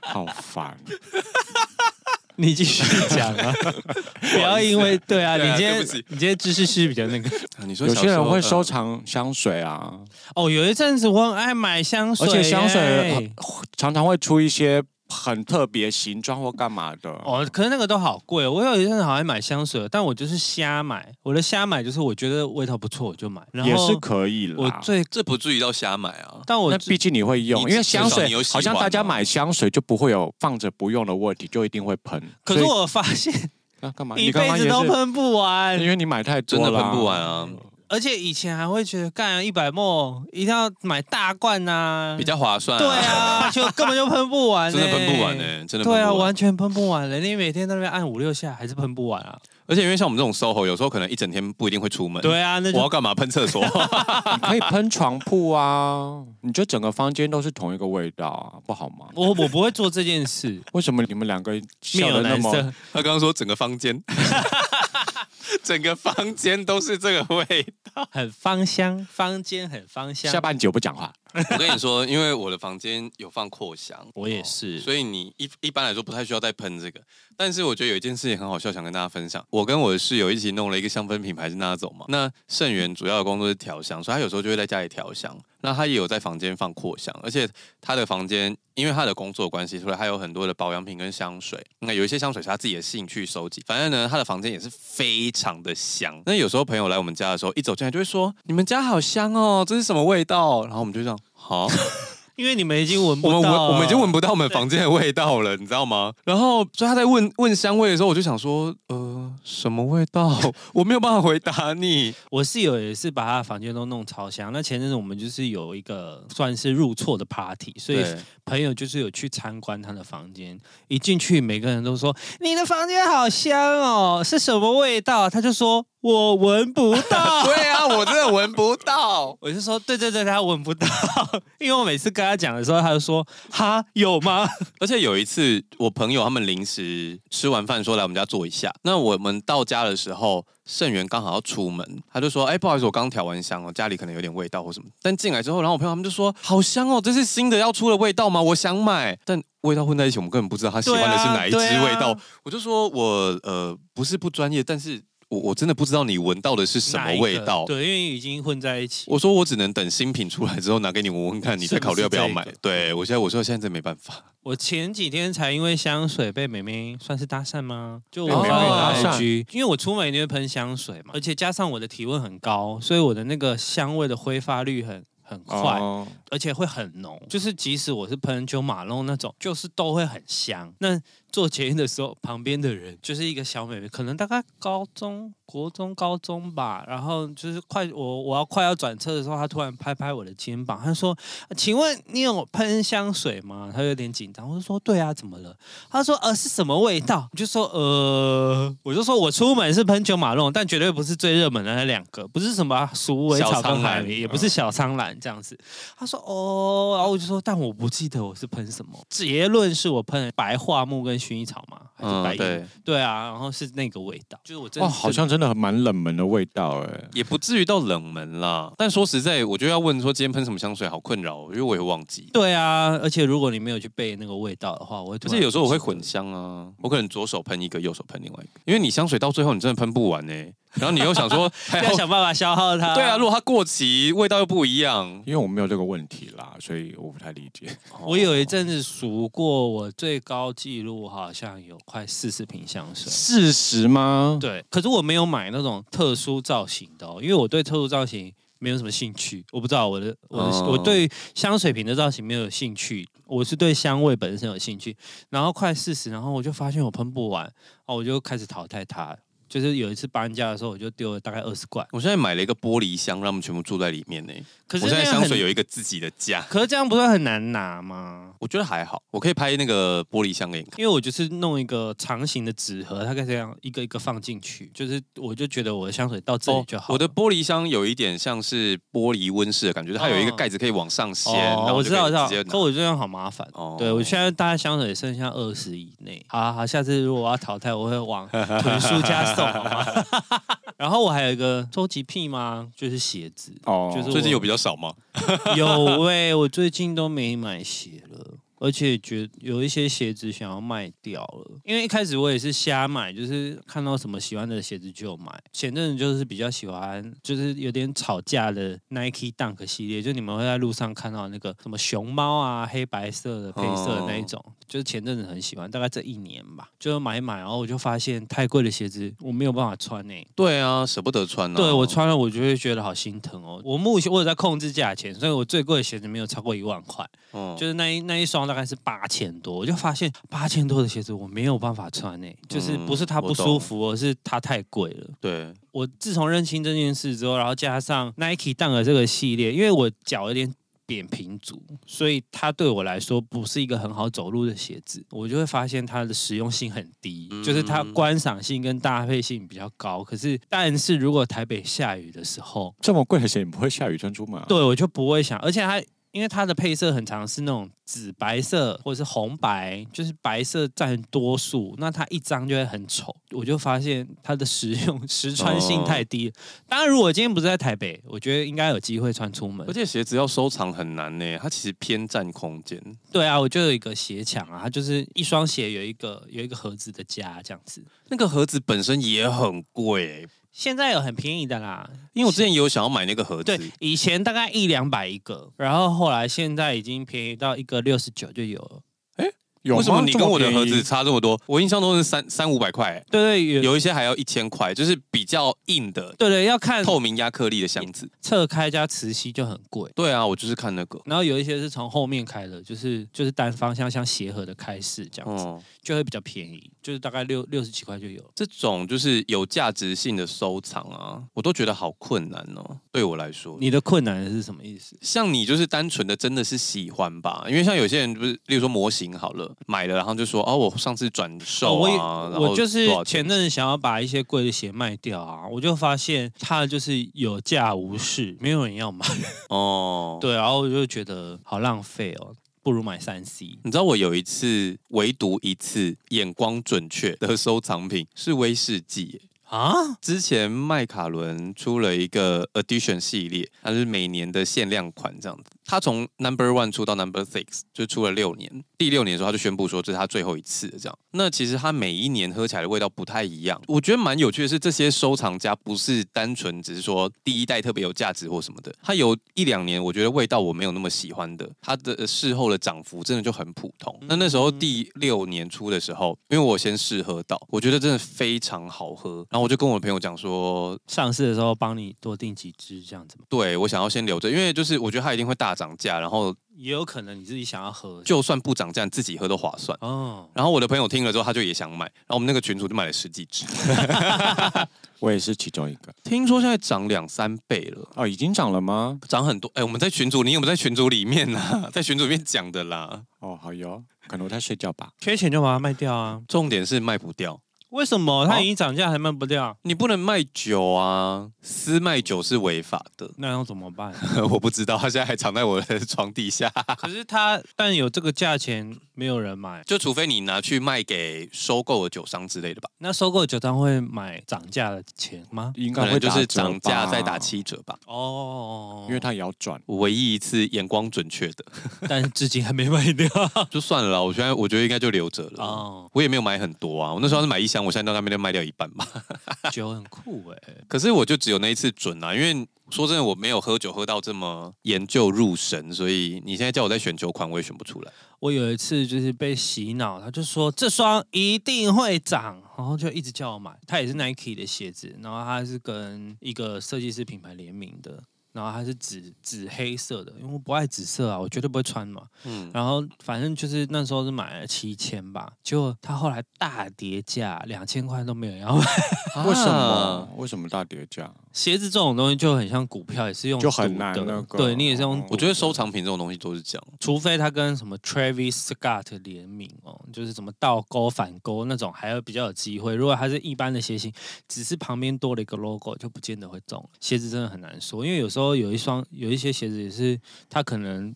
好 烦。
藏品，你继续讲啊，不要因为对啊，
对啊
你今天
对不起
你今天知识是比较那个。
啊你说
有
小
些
时
人
候
会
呃
收藏香水啊，
哦，有一阵子我很爱买香水
而
耶，
且香水常常会出一些很特别形状或干嘛的。
哦，可是那个都好贵哦。我有一阵子好爱买香水，但我就是瞎买。我的瞎买就是我觉得味道不错我就买，然后
也是可以啦。
我最，
这不至于到瞎买啊。
但我
那毕竟你会用，
你
因为
至
香
少
水
你有喜
好像
欢
大家
嘛
买香水就不会有放着不用的问题，就一定会喷。
可是
所以
我发现
那干嘛？
一
你刚
辈
刚
子
也
都
是，
喷不完，
因为你买太
真
多
的
了，
喷不完。啊，
而且以前还会觉得干啊一百沫一定要买大罐呐、
比较划算、
对，啊，就根本就喷不完、
真
欸
的喷不完呢、。真的喷不
对
完
啊，完全喷不完了。你每天在那边按五六下还是喷不完啊？
而且因为像我们这种 SOHO，有时候可能一整天不一定会出门。
对啊，那
我要
就
干嘛？喷厕所？
你可以喷床铺啊，你就整个房间都是同一个味道啊，不好吗？
我我不会做这件事，
为什么你们两个
面
笑
有
的那
难
么？
色。
他刚刚说整个房间，整个房间都是这个味。
很芳香，房间很芳香。
下半集我不讲话，
我跟你 说，因为我的房间有放扩香，
我也是，
哦所以你一一般来说不太需要再喷这个。但是我觉得有一件事情很好笑，想跟大家分享。我跟我的室友一起弄了一个香氛品牌是 Nazo 嘛，那盛源主要的工作是调香，所以他有时候就会在家里调香。那他也有在房间放扩香，而且他的房间因为他的工作关系，所以他有很多的保养品跟香水。那有一些香水是他自己的兴趣收集，反正呢，他的房间也是非常的香。那有时候朋友来我们家的时候，一走进来就会说：“你们家好香哦，这是什么味道？”然后我们就这样，好。
因为你们已经闻不
我
到
们闻
了，
我们已经闻不到我们
对
房间的味道了，你知道吗？然后所以他在问问香味的时候，我就想说，呃，什么味 道？我没有办法回答你。
我室友也是把他的房间都弄超香。那前阵子我们就是有一个算是入错的 party，所以
对
朋友就是有去参观他的房间。一进去，每个人都说：“你的房间好香哦，是什么味道？”他就说：“我闻不 到。
对啊，我真的闻不到”。
我就说：“对对对，他闻不到。” 因为我每次跟他讲的时候，他就说：“哈，有吗
而且有一次，我朋友他们临时吃完饭说来我们家坐一下。那我们到家的时候，盛元刚好要出门，他就说：“哎、不好意思，我刚调完香哦，家里可能有点味道或什么。”但进来之后，然后我朋友他们就说：“好香哦，这是新的要出的味道吗？我想买。”但味道混在一起，我们根本不知道他喜欢的是哪一支
对啊对啊
味道。我就说我呃不是不专业，但是我我真的不知道你闻到的是？”什
哪
么
一个
味道。
对，因为已经混在一起。
我说我只能等新品出来之后拿给你闻闻看，你再考虑要不要买
是不是。
对我现在我说现在真没办法。
我前几天才因为香水被美妹算是搭讪吗？就我
美妹
被
发我的
搭讪
IG，因为我出门一定会喷香水嘛，而且加上我的体温很高，所以我的那个香味的挥发率很很快，
哦
而且会很浓。就是即使我是喷九马龙那种，就是都会很香。那做捷运的时候，旁边的人就是一个小妹妹，可能大概高中、国中、高中吧。然后就是快我我要快要转车的时候，她突然拍拍我的肩膀，她说：“啊请问你有喷香水吗？”她有点紧张，我就说：“对啊，怎么了？”她说：“呃，是什么味道？”我就说：“呃，我就说我出门是喷九马龙，但绝对不是最热门的那两个，不是什么啊鼠尾
小
草跟
苍
海
兰
绵，也不是小苍兰这样子。”他说哦，然后我就说，但我不记得我是喷什么。结论是我喷了白桦木跟薰衣草嘛，还是白
嗯，
银？
对，
对啊，然后是那个味道，哦就是我真
哇，
的
好像真的蛮冷门的味道哎。
也不至于到冷门啦。但说实在，我就要问说今天喷什么香水，好困扰哦，因为我也忘记。
对啊，而且如果你没有去背那个味道的话，我会突
而
然
且有时候我会混香啊，我可能左手喷一个，右手喷另外一个，因为你香水到最后你真的喷不完呢、欸然后你又想 说，还
要想办法消耗它。
对啊，如果它过期，味道又不一样。
因为我没有这个问题啦，所以我不太理解。
我有一阵子数过，我最高纪录好像有快四十瓶香水。
事实吗？
对，可是我没有买那种特殊造型的、哦，因为我对特殊造型没有什么兴趣。我不知道我的我的、
哦
我对香水瓶的造型没有兴趣，我是对香味本身有兴趣。然后快四十，然后我就发现我喷不完，哦，我就开始淘汰它。就是有一次搬家的时候，我就丢了大概二十罐。
我现在买了一个玻璃箱，让他们全部住在里面呢、欸
可是
我现
那
在
样
香水
很，
有一个自己的家，
可是这样不是很难拿吗？
我觉得还好，我可以拍那个玻璃箱给你看。
因为我就是弄一个长形的纸盒，它可以这样一个一个放进去，就是我就觉得我的香水到这里就好了、
哦我的玻璃箱有一点像是玻璃温室的感觉，它有一个
哦
盖子可以往上掀，然
哦，
后
我
就可
知
以
道，我知道
直接，拿
可我这样好麻烦。
哦
对我现在大概香水剩下二十以内，好啊好，下次如果我要淘汰，我会往囤书家送，好吗？ 然后我还有一个收集癖吗？就是鞋子，
哦，
就是
最近有比较少吗？
有喂、我最近都没买鞋了。而且觉有一些鞋子想要卖掉了，因为一开始我也是瞎买，就是看到什么喜欢的鞋子就买。前阵子就是比较喜欢，就是有点吵架的 Nike Dunk 系列，就你们会在路上看到那个什么熊猫啊、黑白色的配色的那一种，就是前阵子很喜欢，大概这一年吧，就买一买，然后我就发现太贵的鞋子我没有办法穿欸诶、
对啊，舍不得穿啊。
对我穿了，我就会觉得好心疼哦。我目前我有在控制价钱，所以我最贵的鞋子没有超过一万块，
嗯，
就是那一那一双大概是八千多，我就发现八千多的鞋子我没有办法穿诶、就是不是它
嗯
不
我懂
舒服，而是它太贵了。
对，
我自从认清这件事之后，然后加上 Nike Dunk 这个系列，因为我脚有点扁平足，所以它对我来说不是一个很好走路的鞋子。我就会发现它的实用性很低，
嗯
就是它观赏性跟搭配性比较高。可是，但是如果台北下雨的时候，
这么贵的鞋，你不会下雨穿出门、啊？，
对我就不会想，而且它。因为它的配色很常是那种紫白色或者是红白，就是白色占多数，那它一张就会很丑。我就发现它的实用实穿性
哦
太低了。当然，如果今天不是在台北，我觉得应该有机会穿出门
而。且鞋子要收藏很难呢，它其实偏占空间。
对啊，我就有一个鞋墙啊，它就是一双鞋有一个有一个盒子的家这样子。
那个盒子本身也很贵，欸
现在有很便宜的啦，
因为我之前也有想要买那个盒子
对，，以前大概一两百一个，然后后来现在已经便宜到一个六十九就有了。
诶
有吗
为什么你
这么
跟我的
便
盒
宜
子差这么多？我印象中是三三五百块、欸
对对有
有一些还要一千块，就是比较硬的
对对要看
透明亚克力的箱子。
侧开加磁吸就很贵。
对啊，我就是看那个。
然后有一些是从后面开的，就是就是单方向像鞋盒的开式这样子，
哦，
就会比较便宜，就是大概六六十几块就有了。
这种就是有价值性的收藏啊，我都觉得好困难哦。对我来说，
你的困难是什么意思？
像你就是单纯的真的是喜欢吧，因为像有些人不是，例如说模型好了，买了然后就说哦，我上次转售
哦我也
啊，然后
我就是
多少钱
前阵子想要把一些贵的鞋卖掉啊，我就发现它就是有价无市，没有人要买。
哦，
对，然后我就觉得好浪费哦，不如买三 C。
你知道我有一次，唯独一次眼光准确的收藏品是威士忌耶。
啊，
之前麦卡伦出了一个 Edition 系列，它是每年的限量款这样子。它从 Number One 出到 Number Six，就出了六年。第六年的时候，他就宣布说这是他最后一次了这样。那其实它每一年喝起来的味道不太一样。我觉得蛮有趣的是，这些收藏家不是单纯只是说第一代特别有价值或什么的，它有一两年我觉得味道我没有那么喜欢的，它的呃事后的涨幅真的就很普通。那那时候第六年初的时候，因为我先试喝到，我觉得真的非常好喝，然后我就跟我的朋友讲说，
上市的时候帮你多订几支这样子嘛，
对我想要先留着，因为就是我觉得它一定会大涨价，然后
也有可能你自己想要喝。
就算不涨价，自己喝都划算。
哦，
然后我的朋友听了之后，他就也想买，然后我们那个群主就买了十几支，
我也是其中一个。
听说现在涨两三倍了。
哦，已经涨了吗？
涨很多，哎、我们在群组，你有没有在群组里面啊？ 在群组里面讲的啦。
哦，好哟，可能我在睡觉吧。
缺钱就把它卖掉啊？
重点是卖不掉，
为什么它已经涨价还卖不掉？
你不能卖酒啊，私卖酒是违法的。
那要怎么 办？
我不知道，他现在还藏在我的床底下，
可是它但有这个价钱，没有人买。
就除非你拿去卖给收购的酒商之类的吧，
那收购酒商会买涨价的钱吗？
应该
可
会
能就是
打折
涨价
吧
再打，七折吧。
哦，
因为它也要转。
我唯一一次眼光准确的，
但是至今还没卖掉。
就算了啦。我现在我觉得应该就留着了。
哦，
我也没有买很多啊，我那时候是买一箱，我现在到那边就卖掉一半吧。
酒很酷哎，
可是我就只有那一次准啊，因为说真的，我没有喝酒喝到这么研究入神，所以你现在叫我再选酒款，我也选不出来。
我有一次就是被洗脑，他就说这双一定会涨，然后就一直叫我买。它也是 Nike 的鞋子，然后它是跟一个设计师品牌联名的，然后它是紫紫黑色的，因为我不爱紫色啊，我绝对不会穿嘛。
嗯，
然后反正就是那时候是买了七千吧，结果它后来大跌价，两千块都没有人要买。
啊
为什么？？为什么大跌价？
鞋子这种东西就很像股票，也是用
就很
赌
难
的，
那个
对你也是用
哦
我觉得收藏品这种东西都是这样。
除非他跟什么 Travis Scott 联名哦，就是什么倒钩、反钩那种，还有比较有机会。如果它是一般的鞋型，只是旁边多了一个 logo，就不见得会中。鞋子真的很难说，因为有时候有一双有一些鞋子也是，它可能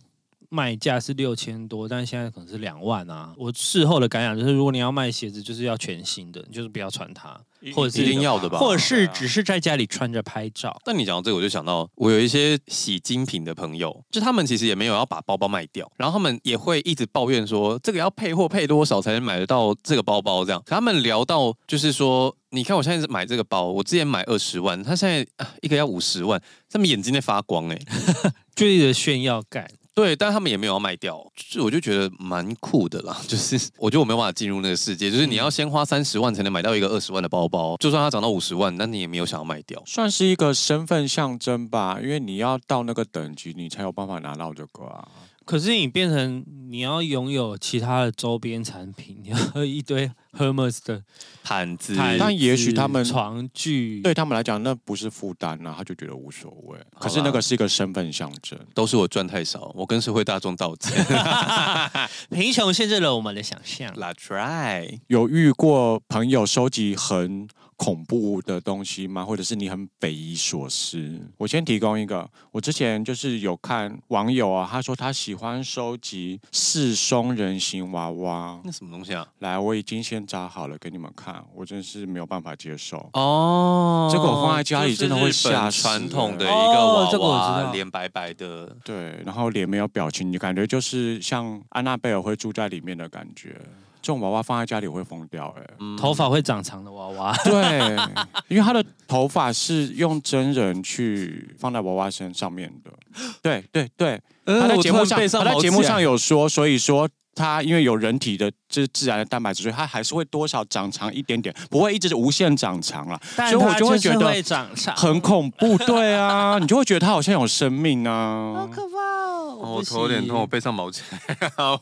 卖价是六千多，但现在可能是两万啊。我事后的感想就是，如果你要卖鞋子，就是要全新的，你就是不要穿它，或者是
一定要的吧
或者是
啊
只是在家里穿着拍照。
但你讲到这个，我就想到我有一些洗精品的朋友，就他们其实也没有要把包包卖掉，然后他们也会一直抱怨说这个要配货配多少才能买得到这个包包这样。可他们聊到就是说，你看我现在是买这个包，我之前买二十万，他现在、啊、一个要五十万，他们眼睛在发光哎、
就是一个炫耀感，
对，但他们也没有要卖掉，就是我就觉得蛮酷的啦。就是 我觉得我没有办法进入那个世界，就是
嗯
你要先花三十万才能买到一个二十万的包包，就算它涨到五十万，那你也没有想要卖掉。
算是一个身份象征吧，因为你要到那个等级，你才有办法拿到这个啊。
可是你变成你要拥有其他的周边产品， 你要喝一堆 Hermes 的
毯子，
毯子，
但也许他们
床具
对他们来讲，那不是负担啊，他就觉得无所谓。可是那个是一个身份象征。
都是我赚太少，我跟社会大众道 歉。
贫穷限制了我们的想象。
La try，
有遇过朋友收集很恐怖的东西吗？或者是你很匪夷所思？我先提供一个，我之前就是有看网友啊，他说他喜欢收集四松人形娃娃。
那什么东西啊？
来，我已经先扎好了给你们看，我真是没有办法接受。
哦
这个我放在家里真的会吓死
传统的一
欸
个娃娃，
哦这个我知道
脸白白的。
对，然后脸没有表情，你感觉就是像安娜贝尔会住在里面的感觉。这种娃娃放在家里会疯掉哎、
嗯
头发会长长的娃娃，
对，因为他的头发是用真人去放在娃娃
哦
身上面的。对对对，他在节目上，他在节目上有说，所以说它因为有人体的这自然的蛋白质，所以它还是会多少长长一点点，不会一直无限长长啦。
但
所以我
它
就会
是
觉得
会长长，
很恐怖，对啊，你就会觉得它好像有生命
好
啊。
可怕哦！
哦我
不
头有点痛，我
行。
背上毛巾。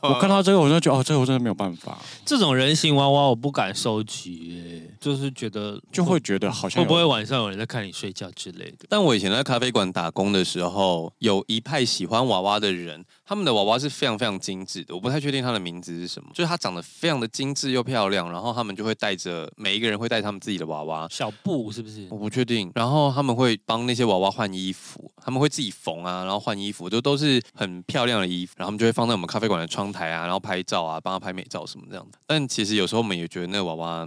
我看到这个，我就觉得哦，这个我真的没有办 法，
这种人形娃娃我不敢收集耶，就是觉得
就会觉得好
会
像有
不会晚上有人在看你睡觉之类的？
但我以前在咖啡馆打工的时候，有一派喜欢娃娃的人，他们的娃娃是非常非常精致的。我不太确定它的名字是什么，就是它长得非常的精致又漂亮，然后他们就会带着每一个人会带他们自己的娃娃。
小布是不是？
我不确定，然后他们会帮那些娃娃换衣服，他们会自己缝啊，然后换衣服，就都是很漂亮的衣服，然后他们就会放在我们咖啡馆的窗台啊，然后拍照啊，帮他拍美照什么这样子。但其实有时候我们也觉得那个娃 娃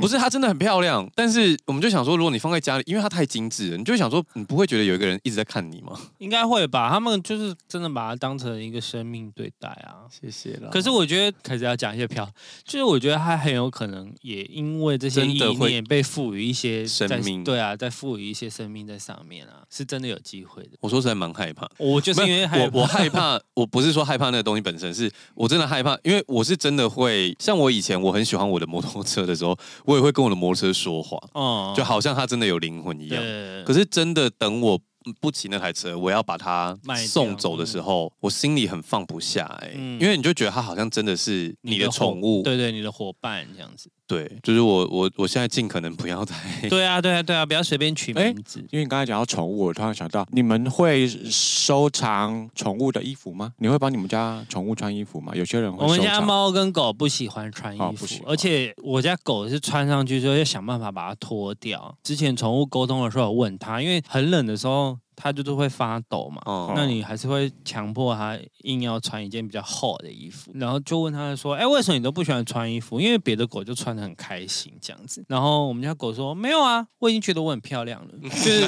不是它真的很漂亮，但是我们就想说，如果你放在家里，因为它太精致了，你就会想说，你不会觉得有一个人一直在看你吗？
应该会吧？他们就是真的把它当成一个生命对待啊。
谢谢啦
可是我觉得开始要讲一些飘，就是我觉得它很有可能也因为这些
真
意
的会
念被赋予一些
生
在
命
对啊，在赋予一些生命在上面啊，是真的有机会的。
我说实在蛮害怕，
我就是因为
没有
害
我我
怕
害怕，我不是说害怕那个东西本身，是我真的害怕，因为我是真的会，像我以前我很喜欢我的摩托车的时候，我也会跟我的摩托车说话，
哦
就好像它真的有灵魂一样。
对
可是真的等我不骑那台车，我要把它
卖掉
送走的时候，我心里很放不下哎、
嗯
因为你就觉得它好像真的是你的
伙
宠物，
对对，你的伙伴这样子。
对，就是我我我现在尽可能不要再
对啊，对啊，对啊，不要随便取
哎
名字。
因为你刚才讲到宠物，我突然想到，你们会收藏宠物的衣服吗？你会帮你们家宠物穿衣服吗？有些人会
我们
收
家
藏
猫跟狗不喜欢穿衣
哦不喜
服，
欢
而且我家狗是穿上去之后要想办法把它脱掉。之前宠物沟通的时候，我问它，因为很冷的时候它就是会发抖嘛，
哦
那你还是会强迫它硬要穿一件比较厚的衣服，然后就问它说：“哎，为什么你都不喜欢穿衣服？因为别的狗就穿的很开心这样子。”然后我们家狗说：“没有啊，我已经觉得我很漂亮了， 就是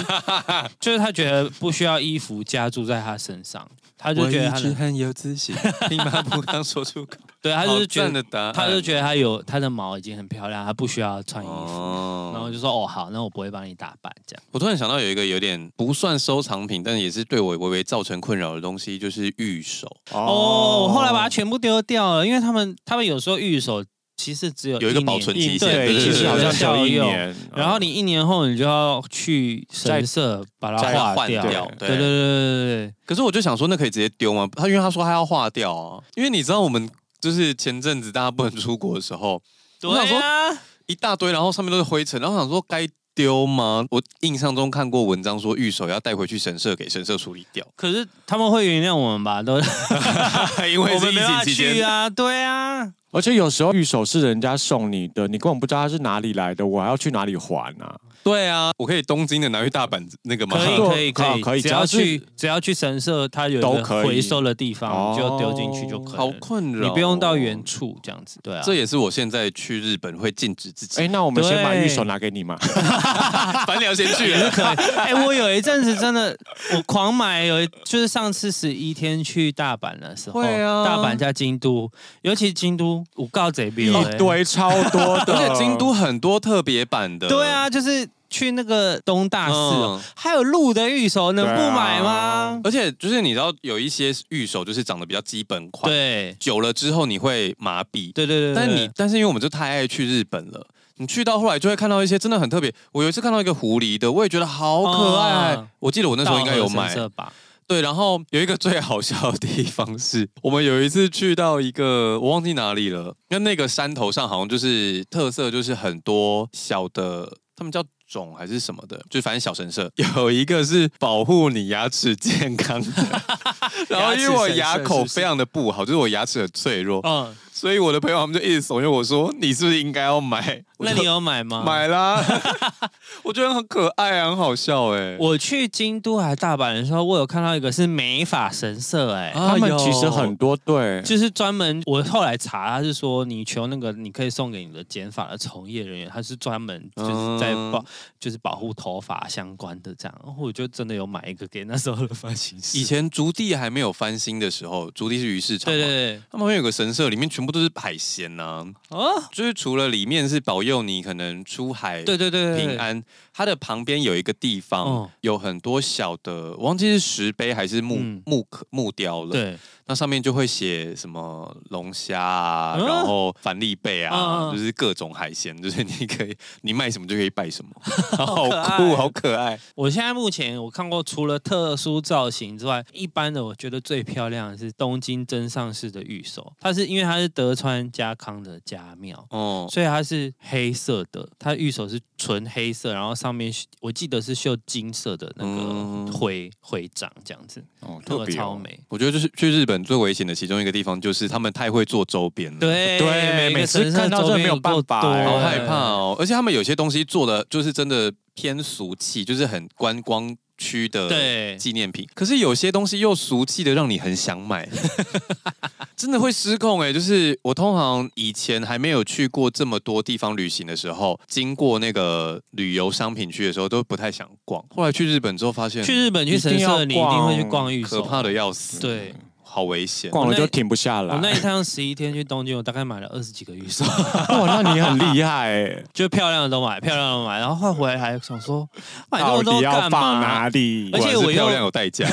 就是它觉得不需要衣服加注在它身上，它就觉得它能
很有自信，你妈不刚说出 口，
对它就是觉
好
得
哦赞的答案，
他就觉得他有他的毛已经很漂亮，他不需要穿衣服，
哦
然后就说哦好，那我不会帮你打扮这样。
我突然想到有一个有点不算收藏品，但也是对我微微造成困扰的东西，就是玉手。
哦，我后来把它全部丢掉了，因有一年对因为他们他们有时候预手其实只有
有一个保存期限
对，
对，
对
其
对
实好像只有一
用。
年，嗯
然后你一年后你就要去神社把
再
它化
换
掉，
掉
对
对
对对对对
可是我就想说，那可以直接丢吗？他因为他说他要化掉啊， 因为你知道我们就是前阵子大家不能出国的时候，
对。
我想说
啊，
一大堆，然后上面都是灰尘，然后我想说该丢吗？我印象中看过文章说玉手要带回去神社给神社处理 掉，
可是他们会原谅我们吧？都
因为
我
是
们
疫
没办法
情期
去
间。
啊，对啊，
而且有时候玉手是人家送你的，你根本不知道它是哪里来的，我还要去哪里还 啊？
对啊，我可以东京的拿去大阪那个吗？
可以
对
可以可以，
可以
只
只要
要
是
去只要去神社，它有一
都
个
可以
回收的地方，
哦
你就丢进去就可以了。
哦好困扰，
你不用到原。处这样子，对啊，
这也是我现在去日本会禁止自己
哎，那我们先把
对
玉手拿 给你嘛。
反正要先去啊
也是可以。哎、我有一阵子真的我狂买，有一就是上次十一天去大阪的时候，
会啊
大阪加京都，尤其京都，我告贼逼了、
一堆超多 的，
而且京都很多特别版的，
啊对啊，就是去那个东大寺、哦
嗯啊
还有鹿的玉手，能不买吗？
而且就是你知道有一些玉手就是长得比较基本款，
对
久了之后你会麻痹，
对对对对，
但你但是因为我们就太爱去日本了。你去到后来就会看到一些真的很特别。我有一次看到一个狐狸的，我也觉得好可爱。
嗯
我记得我那时候应该有
稻荷
买
神。社吧？
对，然后有一个最好笑的地方是，我们有一次去到一个我忘记哪里了，那那个山头上好像就是特色，就是很多小的，他们叫。种还是什么的，就反正小神社有一个是保护你牙齿健康 的，然后因为我牙口非常的不好，就是哦我牙齿很脆弱，
嗯，
所以我的朋友他们就一直怂恿我说：“你是不是应该要买？”我
那
就
你有买吗？
买 啦？我觉得很可爱啊，很好笑哎、
我去京都还大阪的时候，我有看到一个是美发神社、哎、
啊
他们其实很多对，
就是专门我后来查，他是说你求那个你可以送给你的剪发的从业人员，他是专门就是在
嗯
保、就是保护头发相关的这样。然后我就真的有买一个给那时候的发型师。
以前竹地还没有翻新的时候，竹地是鱼市场，
对对对，
他们会有个神社，里面全部部都是海鲜呐、
哦，
就是除了里面是保佑你可能出海
对对对对，对
平。安，它的旁边有一个地方、
嗯
有很多小的，我忘记是石碑还是木、
嗯
木刻木雕了。
对，
那上面就会写什么龙虾啊，
嗯
然后帆立贝啊，
嗯嗯
就是各种海鲜，就是你可以你卖什么就可以拜 什么，
好
好
可爱
酷，好可爱。
我现在目前我看过，除了特殊造型之外，一般的我觉得最漂亮的是东京真上寺的御守，它是因为它是德川家康的家庙。
哦，
所以它是黑色的，它玉手是纯黑色，然后上面是我记得是绣金色的那
嗯
个徽徽章这样子，
哦，
那
特
个
别
超
哦。
美。
我觉得就是去日本最危险的其中一个地方，就是他们太会做周边了。
对
对
一个
每次
神社
看到
周
这
边
没有
有够
办法
多
哎
好
对
害怕哦！而且他们有些东西做的就是真的偏俗气，就是很观光区的
对，
纪念品。可是有些东西又俗气的，让你很想买， 真的会失控哎、就是我通常以前还没有去过这么多地方旅行的时候，经过那个旅游商品区的时候，都不太想逛。后来去日本之后，发现
去日本去神社，你一定会去逛玉
可
手，
怕的要死，
对。
好危险。
逛了
我
就
那
停不下来
哦
我。那一趟十一天去东京，我大概买了二十几个玉手，
哇，那你很厉 害哎！
就漂亮的都买，漂亮的都买，然后换回来还想说买那
到
么多
底要
干
放
嘛？
哪 里
而？
果
且
然
我
是
又
漂亮有代价，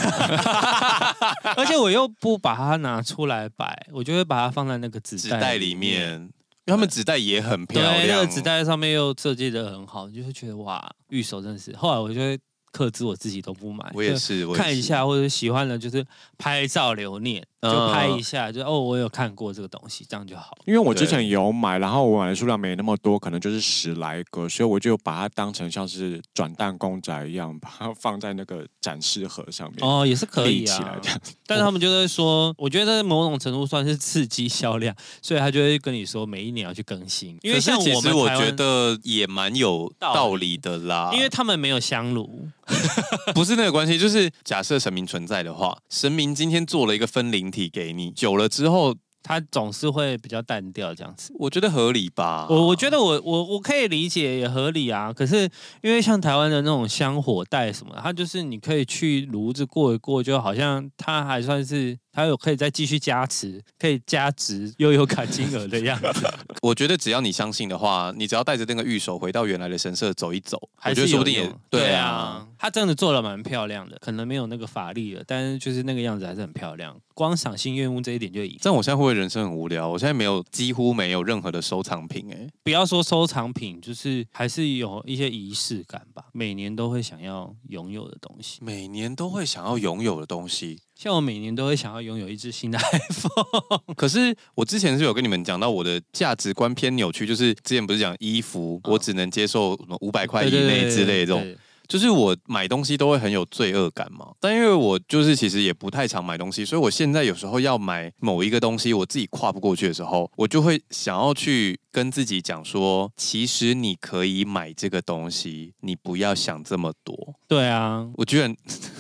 而且我又不把它拿出来摆，我就会把它放在那个纸
纸
袋
袋里面，因为他们纸袋也很漂
对，那
亮。哦
个纸袋上面又设计的很好，你就会觉得哇，玉手真的是。后来我就会克制我自己都不买，
我也，
就是
我也
看一
是
下或者喜欢的，就是拍照留念，
嗯
就拍一下，就哦，我有看过这个东西，这样就好了。
因为我之
对
前有买，然后我买的数量没那么多，可能就是十来个，所以我就把它当成像是转蛋公仔一样，把它放在那个展示盒上面。嗯
哦，也是可以
立起
啊
来这，样
但是他们就会说，我觉得某种程度算是刺激销量， 所以他就会跟你说每一年要去更新，因
可
为
是
像
其
我
实
们
我
台
觉
湾，
得啊也蛮有道
道
理的啦，
因为他们没有香炉，
不是那个关系，就是假设神明存在的话，神明今天做了一个分灵体给你，久了之后，
它总是会比较淡掉这样子。
我觉得合理吧？
我我觉得我我我可以理解也合理啊，可是因为像台湾的那种香火袋什么的，它就是你可以去炉子过一过，就好像它还算是它有可以再继续加持，可以加值悠游卡金额的样 子，
我觉得只要你相信的话，你只要带着那个玉手回到原来的神社走一走，我
还
觉得
是
说
有
不定也
用对啊。，它真的做的蛮漂亮的，可能没有那个法力了，但是就是那个样子还是很漂亮。光赏心悦目这一点就已，
但我现在会不会人生很无聊？我现在没有几乎没有任何的收藏品、哎，
不要说收藏品，就是还是有一些仪式感吧，每年都会想要拥有的东西。
每年都会想要拥有的东西，
像我每年都会想要拥有一只新的 iPhone，
可是我之前是有跟你们讲到我的价值观偏扭曲，就是之前不是讲衣服，
嗯
我只能接受什么五百块以
对对
内
对
之类的这种，
对
就是我买东西都会很有罪恶感嘛。但因为我就是其实也不太常买东西，所以我现在有时候要买某一个东西，我自己跨不过去的时候，我就会想要去跟自己讲说，其实你可以买这个东西，你不要想这么多。
对啊，
我居然，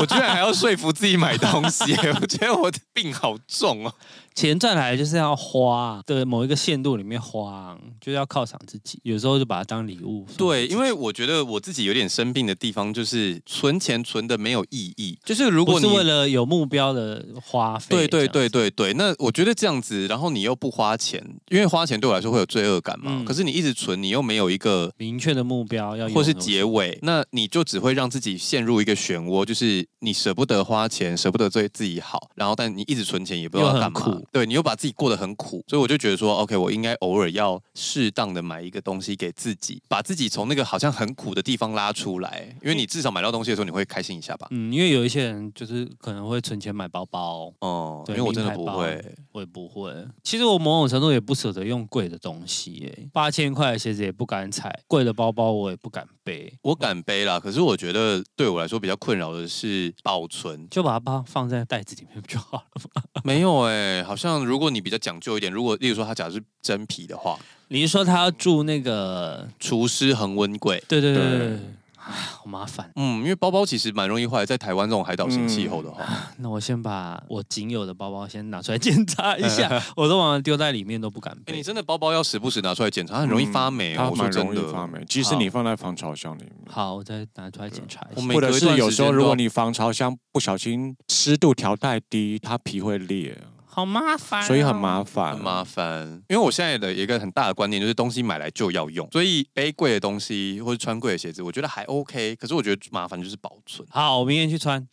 我居然还要说服自己买东西， 我觉得我的病好重哦。
钱赚来就是要花，对某一个限度里面花，就是要犒赏自己，有时候就把它当礼物。
对，因为我觉得我自己有点生病的地方就是存钱存的没有意义，就是如
不
果
是
你
为了有目标的花费，
对对
这样
对对对，那我觉得这样子，然后你又不花钱，因为花钱对我来说会有罪恶感嘛。
嗯
可是你一直存，你又没有一个
明确的目标要有
或是结尾，那你就只会让自己陷入一个漩涡，就是你舍不得花钱，舍不得对自己好，然后但你一直存钱也不知道要干
又很
嘛
苦，
对你又把自己过得很苦，所以我就觉得说，OK，我应该偶尔要适当的买一个东西给自己，把自己从那个好像很苦的地方拉出来，因为你至少买到东西的时候你会开心一下吧。
嗯，因为有一些人就是可能会存钱买包包，
哦、
对
因为我真的不
名牌包
会，
我也不会。其实我某种程度也不舍得用贵的东西、耶，八千块的鞋子也不敢踩，贵的包包我也不敢背，
我敢背啦，可是我觉得对我来说比较困扰的是保
。
存
就把它放放在袋子里面就好了。
没有哎、好像如果你比较讲究一点，如果例如说它假如是真皮的话，
你是说他要住那个？
除湿恒温柜。
对对对
对
对对，哎，好麻烦。
嗯，因为包包其实蛮容易坏，在台湾这种海岛型气候的
嗯
话，
那我先把我仅有的包包先拿出来检查一下，我都往丢在里面都不敢
哎、
背
你。真的包包要时不时拿出来检查，它很容易发霉、哦。
嗯它
我说
蛮
真
容易
的，
发霉。即使你放在防潮箱里面，
好，我再拿出来检查一
我
下。
每
或
隔
者
一
是
段
有
时
时候
间
如
都
果
要
你防潮箱不小心湿度调太低，它皮会裂。
好麻烦哦、
所以很麻烦，
哎很麻烦。因为我现在的一个很大的观念就是，东西买来就要用，所以背贵的东西或者穿贵的鞋子，我觉得还 OK。可是我觉得麻烦就是保存。
好，我明天去穿。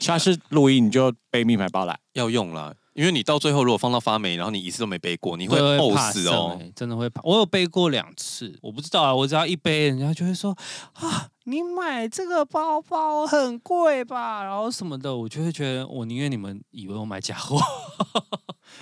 下次录音你就背名牌包来。
要用啦，因为你到最后如果放到发霉，然后你一次都没背过，你会
对
呕
怕
死
生
哦。
欸真的会怕。我有背过两次，我不知道啊，我只要一背，人家就会说啊，你买这个包包很贵吧，然后什么的，我就会觉得我宁愿你们以为我买假货。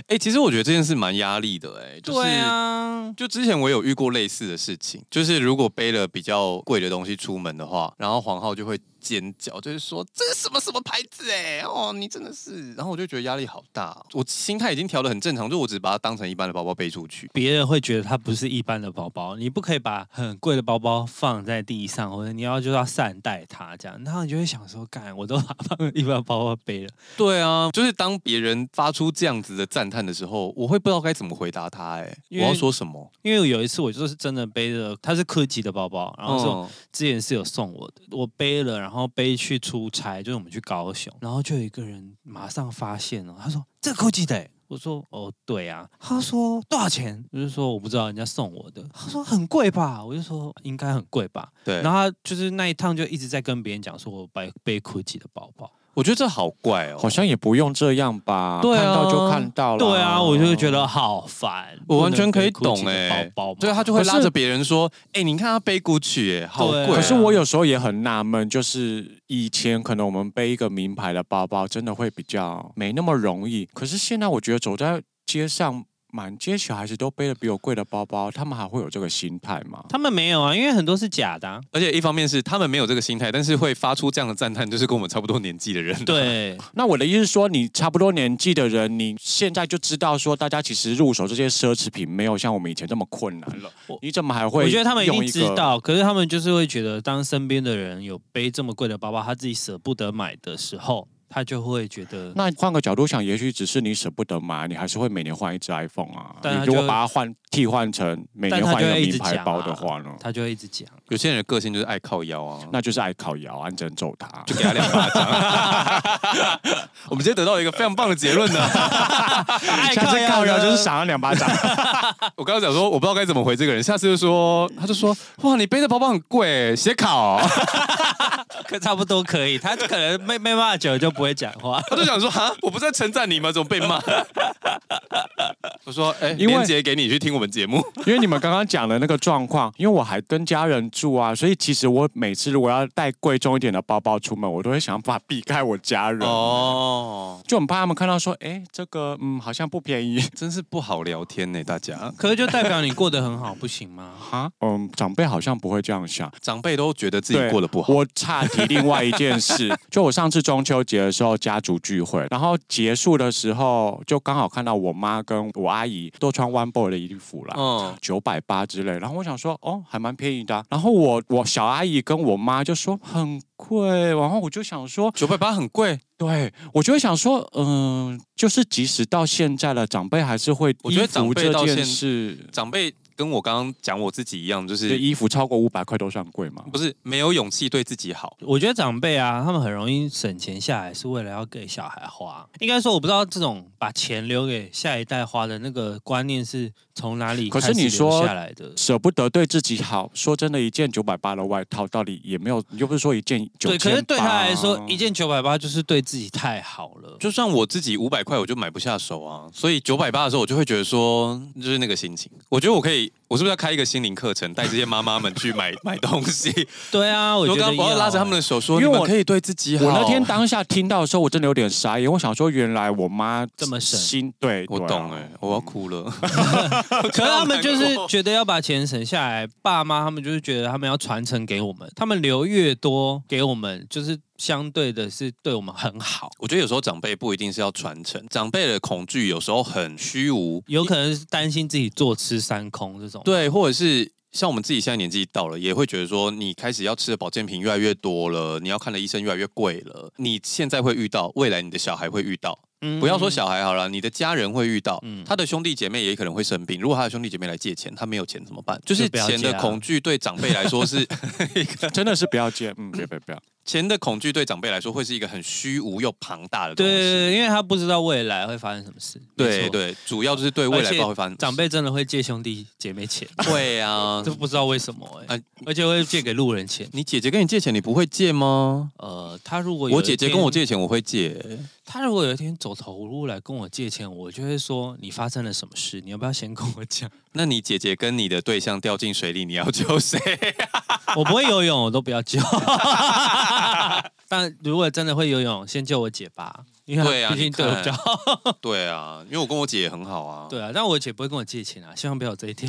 哎、其实我觉得这件事蛮压力的、哎，就是
对啊，
就之前我有遇过类似的事情，就是如果背了比较贵的东西出门的话，然后皇后就会尖叫，就是说这是什么什么牌子哎、哦，你真的是，然后我就觉得压力好大哦、我心态已经调的很正常，就我只把它当成一般的包包背出去。
别人会觉得它不是一般的包包，你不可以把很贵的包包放在地上，或者你要就要善待它这样，然后你就会想说，干，我都把它放一般包包背了，
对啊，就是当别人发出这样子的赞叹的时候，我会不知道该怎么回答他哎、
因
我
为
要说什么？
因为有一次我就是真的背着，它是科技的包包，然后是我
嗯
之前是有送我的，我背了，然后背去出差，就是我们去高雄，然后就有一个人马上发现了，他说这个 GUCCI 的欸、我说哦对啊，他说多少钱？我就说我不知道，人家送我的。他说很贵吧？我就说应该很贵吧。
对，
然后他就是那一趟就一直在跟别人讲说我背背 GUCCI 的包包。
我觉得这好怪哦、
好像也不用这样吧，
对啊
看到就看到了。
对啊，我就会觉得好烦。
我完全可以
不能背 GUCCI 的
懂欸
包包嘛
对，他就会
可是
拉着别人说：“哎、你看他背 GUCCI，哎，好
对啊
贵、啊。”
可是我有时候也很纳闷，就是以前可能我们背一个名牌的包包，真的会比较没那么容易。可是现在我觉得走在街上，满街小孩子都背的比我贵的包包，他们还会有这个心态吗？
他们没有啊，因为很多是假的啊、
而且一方面是他们没有这个心态，但是会发出这样的赞叹，就是跟我们差不多年纪的人。，啊
对，
那我的意思是说，你差不多年纪的人，你现在就知道说，大家其实入手这些奢侈品没有像我们以前这么困难了
我。
你怎么还会？
我觉得他们一定知。道，可是他们就是会觉得，当身边的人有背这么贵的包包，他自己舍不得买的时候，他就会觉得，
那换个角度想，也许只是你舍不得买，你还是会每年换一只 iPhone 啊。
但他
你如果
就
把它换替换成每
但
年
他
换
就会
一
一
个
直
名牌
讲
包
啊
的话呢，
他就会一直讲。
有些人的个性就是爱靠腰啊，
那就是爱烤窑啊，你只能揍他。
就给他两巴掌。 我们今天得到了一个非常棒的结论啊呢。
爱
下次
靠
烤窑
腰
就是赏他两巴 掌。
我刚刚讲说，我不知道该怎么回这个人，下次就说，他就说：“哇，你背的包包很贵，写 考。
可差不多可以，他可能没没骂久就不会讲话”。
他就想说：“哈，我不是在称赞你吗？怎么被骂？” 我说：“哎、
因为
连杰给你去听我们节目。
因为你们刚刚讲的那个状况，因为我还跟家人住啊，所以其实我每次如果要带贵重一点的包包出门，我都会想办法避开我家”人，
哦，
就很怕他们看到说，哎，这个嗯好像不便宜
真是不好聊天呢、大家
可是就代表你过得很好，不行吗？
哈，嗯，长辈好像不会这样想。
长辈都觉得自
对
己过得不好。
我岔题另外一件事，就我上次中秋节的时候家族聚会，然后结束的时候就刚好看到我妈跟我阿姨都穿 One Boy 的衣服啦，
嗯，
九百八之类。然后我想说，哦，还蛮便宜的啊、然后我我小阿姨跟我妈就说很贵，然后我就想说，
九百八很贵，
对我就会想说，嗯、就是即使到现在了，长辈还是会
我觉得
衣服
长辈到
这
现
件事。
长辈跟我刚刚讲我自己一样，就
就是衣服超过五百块都算贵嘛？
不是没有勇气对自己好。
我觉得长辈啊，他们很容易省钱下来，是为了要给小孩花。应该说，我不知道这种把钱留给下一代花的那个观念是从哪里
可是
开始
你说
留下来的。
舍不得对自己好，说真的，一件九百八的外套到底也没有，又不是说一件九
对，
千。哦
可是对他来说，一件九百八就是对自己太好了。
就算我自己五百块，我就买不下手啊。所以九百八的时候，我就会觉得说，就是那个心情。我觉得我可以，我是不是要开一个心灵课程，带这些妈妈们去 买买东西？
对啊，我觉
我
得啊
刚我要拉着他们的手说，
因为
你
我
们可以对自己好。
我那天当下听到的时候，我真的有点傻眼，我想说，原来我妈
这么省
心对，
我
对啊
懂哎、我要哭了。
可是他们就是觉得要把钱省下来，爸妈他们就是觉得他们要传承给我们，他们留越多给我们，就是相对的是对我们很好。
我觉得有时候长辈不一定是要传承，长辈的恐惧有时候很虚无，
有可能是担心自己坐吃山空这种，
对，或者是像我们自己现在年纪到了，也会觉得说，你开始要吃的保健品越来越多了，你要看的医生越来越贵了。你现在会遇到，未来你的小孩会遇到。
嗯
不要说小孩好了，你的家人会遇到，
嗯
他的兄弟姐妹也可能会生病。如果他的兄弟姐妹来借钱，他没有钱怎么办？就是
不要
钱
借
的
啊
恐惧对长辈来说是 一个
真的是不要借，嗯，别别不要。
钱的恐惧对长辈来说会是一个很虚无又庞大的东西。
对，因为他不知道未来会发生什么事。没
对
错，
对，主要就是对未来不知道会发生什么事
长辈真的会借兄弟姐妹钱，
会啊
这。不知道为什么哎、
啊
而且会借给路人钱。
你姐姐跟你借钱，你不会借吗？
呃，他如果有
我
一
姐姐
天
跟我，借钱，我会借。
他如果有一天走投无路来跟我借钱，我就会说你发生了什么事，你要不要先跟我讲？
那你姐姐跟你的对象掉进水里，你要救谁？
我不会游泳，我都不要救。 但如果真的会游泳，先救我姐吧，因
对
为
啊
她毕竟
你
对
看
我比较 好。
对啊，因为我跟我姐也很好啊。
对啊，但我姐不会跟我借钱啊，希望不要有这一天。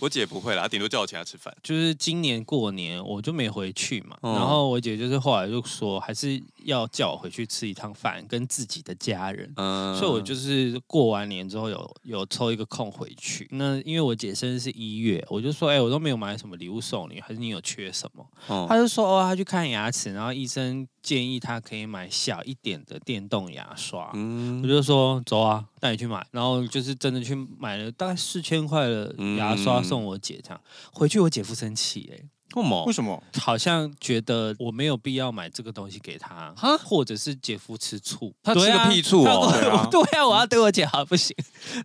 我姐不会啦，她顶多叫我请她吃饭。
就是今年过年我就没回去嘛，
嗯
然后我姐就是后来就说还是要叫我回去吃一趟饭，跟自己的家人。
嗯
所以我就是过完年之后有有抽一个空回去。那因为我姐生日是一月，我就说，哎、我都没有买什么礼物送你，还是你有缺什么？
嗯
她就说，哦，她去看牙齿，然后医生建议她可以买小一点的电动牙刷。我
嗯
就说走啊，带你去买，然后就是真的去买了大概四千块的牙刷
嗯
送我姐，这样、回去我姐夫生气哎、
为什么
为？什么？
好像觉得我没有必要买这个东西给他
哈，
或者是姐夫吃醋，
他吃个屁醋哦
对啊，他对啊，我要对我姐好不行。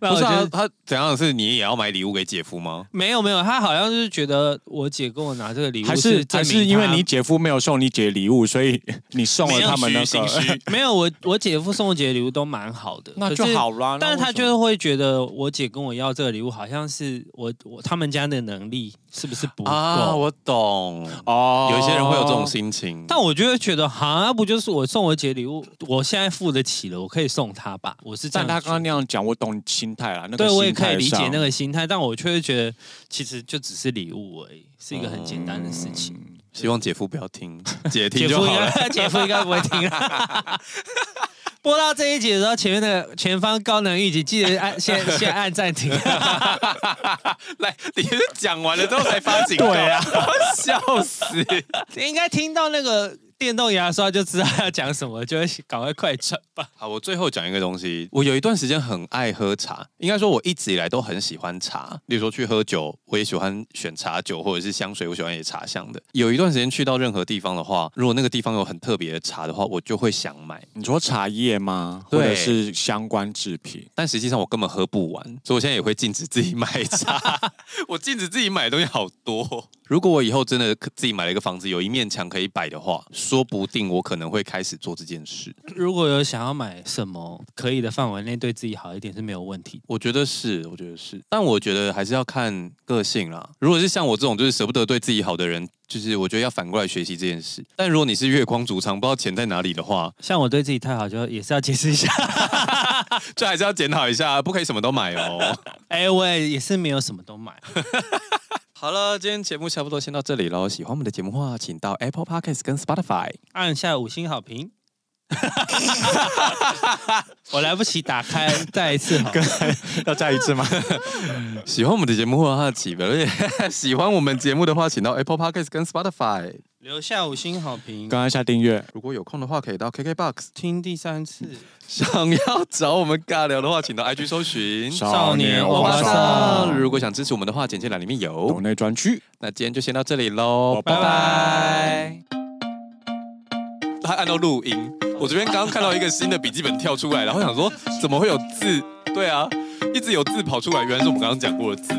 然
不
后我
是
觉
啊
得，
她怎样是你也要买礼物给姐夫吗？
没有没有，他好像是觉得我姐跟我拿这个礼物
还是
证
还
明
是因为
她
你姐夫没有送你姐礼物，所以你送了
没有
他们那
虚
个，
心虚
没有我我姐夫送我姐的礼物都蛮好的，
那
可
就是好啦。
但是他就是
是
会觉得我姐跟我要这个礼物，好像是我我他们家的能力是不是不够？
啊，我懂。
哦
有一些人会有这种心情，
但我就会觉得，哈，不就是我送我姐礼物，我现在付得起了，我可以送她吧？我是这样
但他刚刚
觉
那样讲，我懂心态啦。那
得，
个
对我也
心态
可以理解
上
那个心态，但我却会觉得，其实就只是礼物而已，是一个很简单的事情。
嗯
希望姐夫不要听，姐
姐
听就
夫
好
应
了。
该， 姐夫应该不会听啦。 播到这一集的时候，前面的前方高能预警，记得按先先按暂停。
来，你是讲完了之后才发警告，
对啊，
我笑死。
应该听到那个电动牙刷就知道要讲什么，就会赶快快转吧。
好，我最后讲一个东西，我有一段时间很爱喝茶，应该说我一直以来都很喜欢茶。例如说去喝酒，我也喜欢选茶酒或者是香水，我喜欢也茶香的。有一段时间去到任何地方的话，如果那个地方有很特别的茶的话，我就会想买。
你说茶叶吗？
对
或者是相关制 品？
但实际上我根本喝不完，所以我现在也会禁止自己买茶。 我禁止自己买的东西好多。如果我以后真的自己买了一个房子，有一面墙可以摆的话，说不定我可能会开始做这件事。
如果有想要买什么可以的范围内，对自己好一点是没有问题。
我觉得是，我觉得是，但我觉得还是要看个性啦。如果是像我这种就是舍不得对自己好的人，就是我觉得要反过来学习这件事。但如果你是月光族长，不知道钱在哪里的话，
像我对自己太好，就也是要解释一下。
就还是要检讨一下，啊不可以什么都买哦。
哎、我也也是没有什么都买。
好了，今天节目差不多先到这里喽。喜欢我们的节目的话，请到 Apple Podcast 跟 Spotify。
按下五星好评。 我来不及打开，再一次好了。
要再一次吗？
喜欢我们的节目的话，请 不是喜欢我们节目的话，请到 Apple Podcast 跟 Spotify。
留下五星好评，
刚刚下订阅，
如果有空的话，可以到 KKBox。
听第三次。
想要找我们尬聊的话，请到 IG 搜寻
少年欧巴桑
如果想支持我们的话，简介栏里面有
岛。内专区。
那今天就先到这里喽，
拜
拜拜。他按到录音，我这边刚刚看到一个新的笔记本跳出来，然后想说怎么会有字？对啊，一直有字跑出来，原来是我们刚刚讲过的字。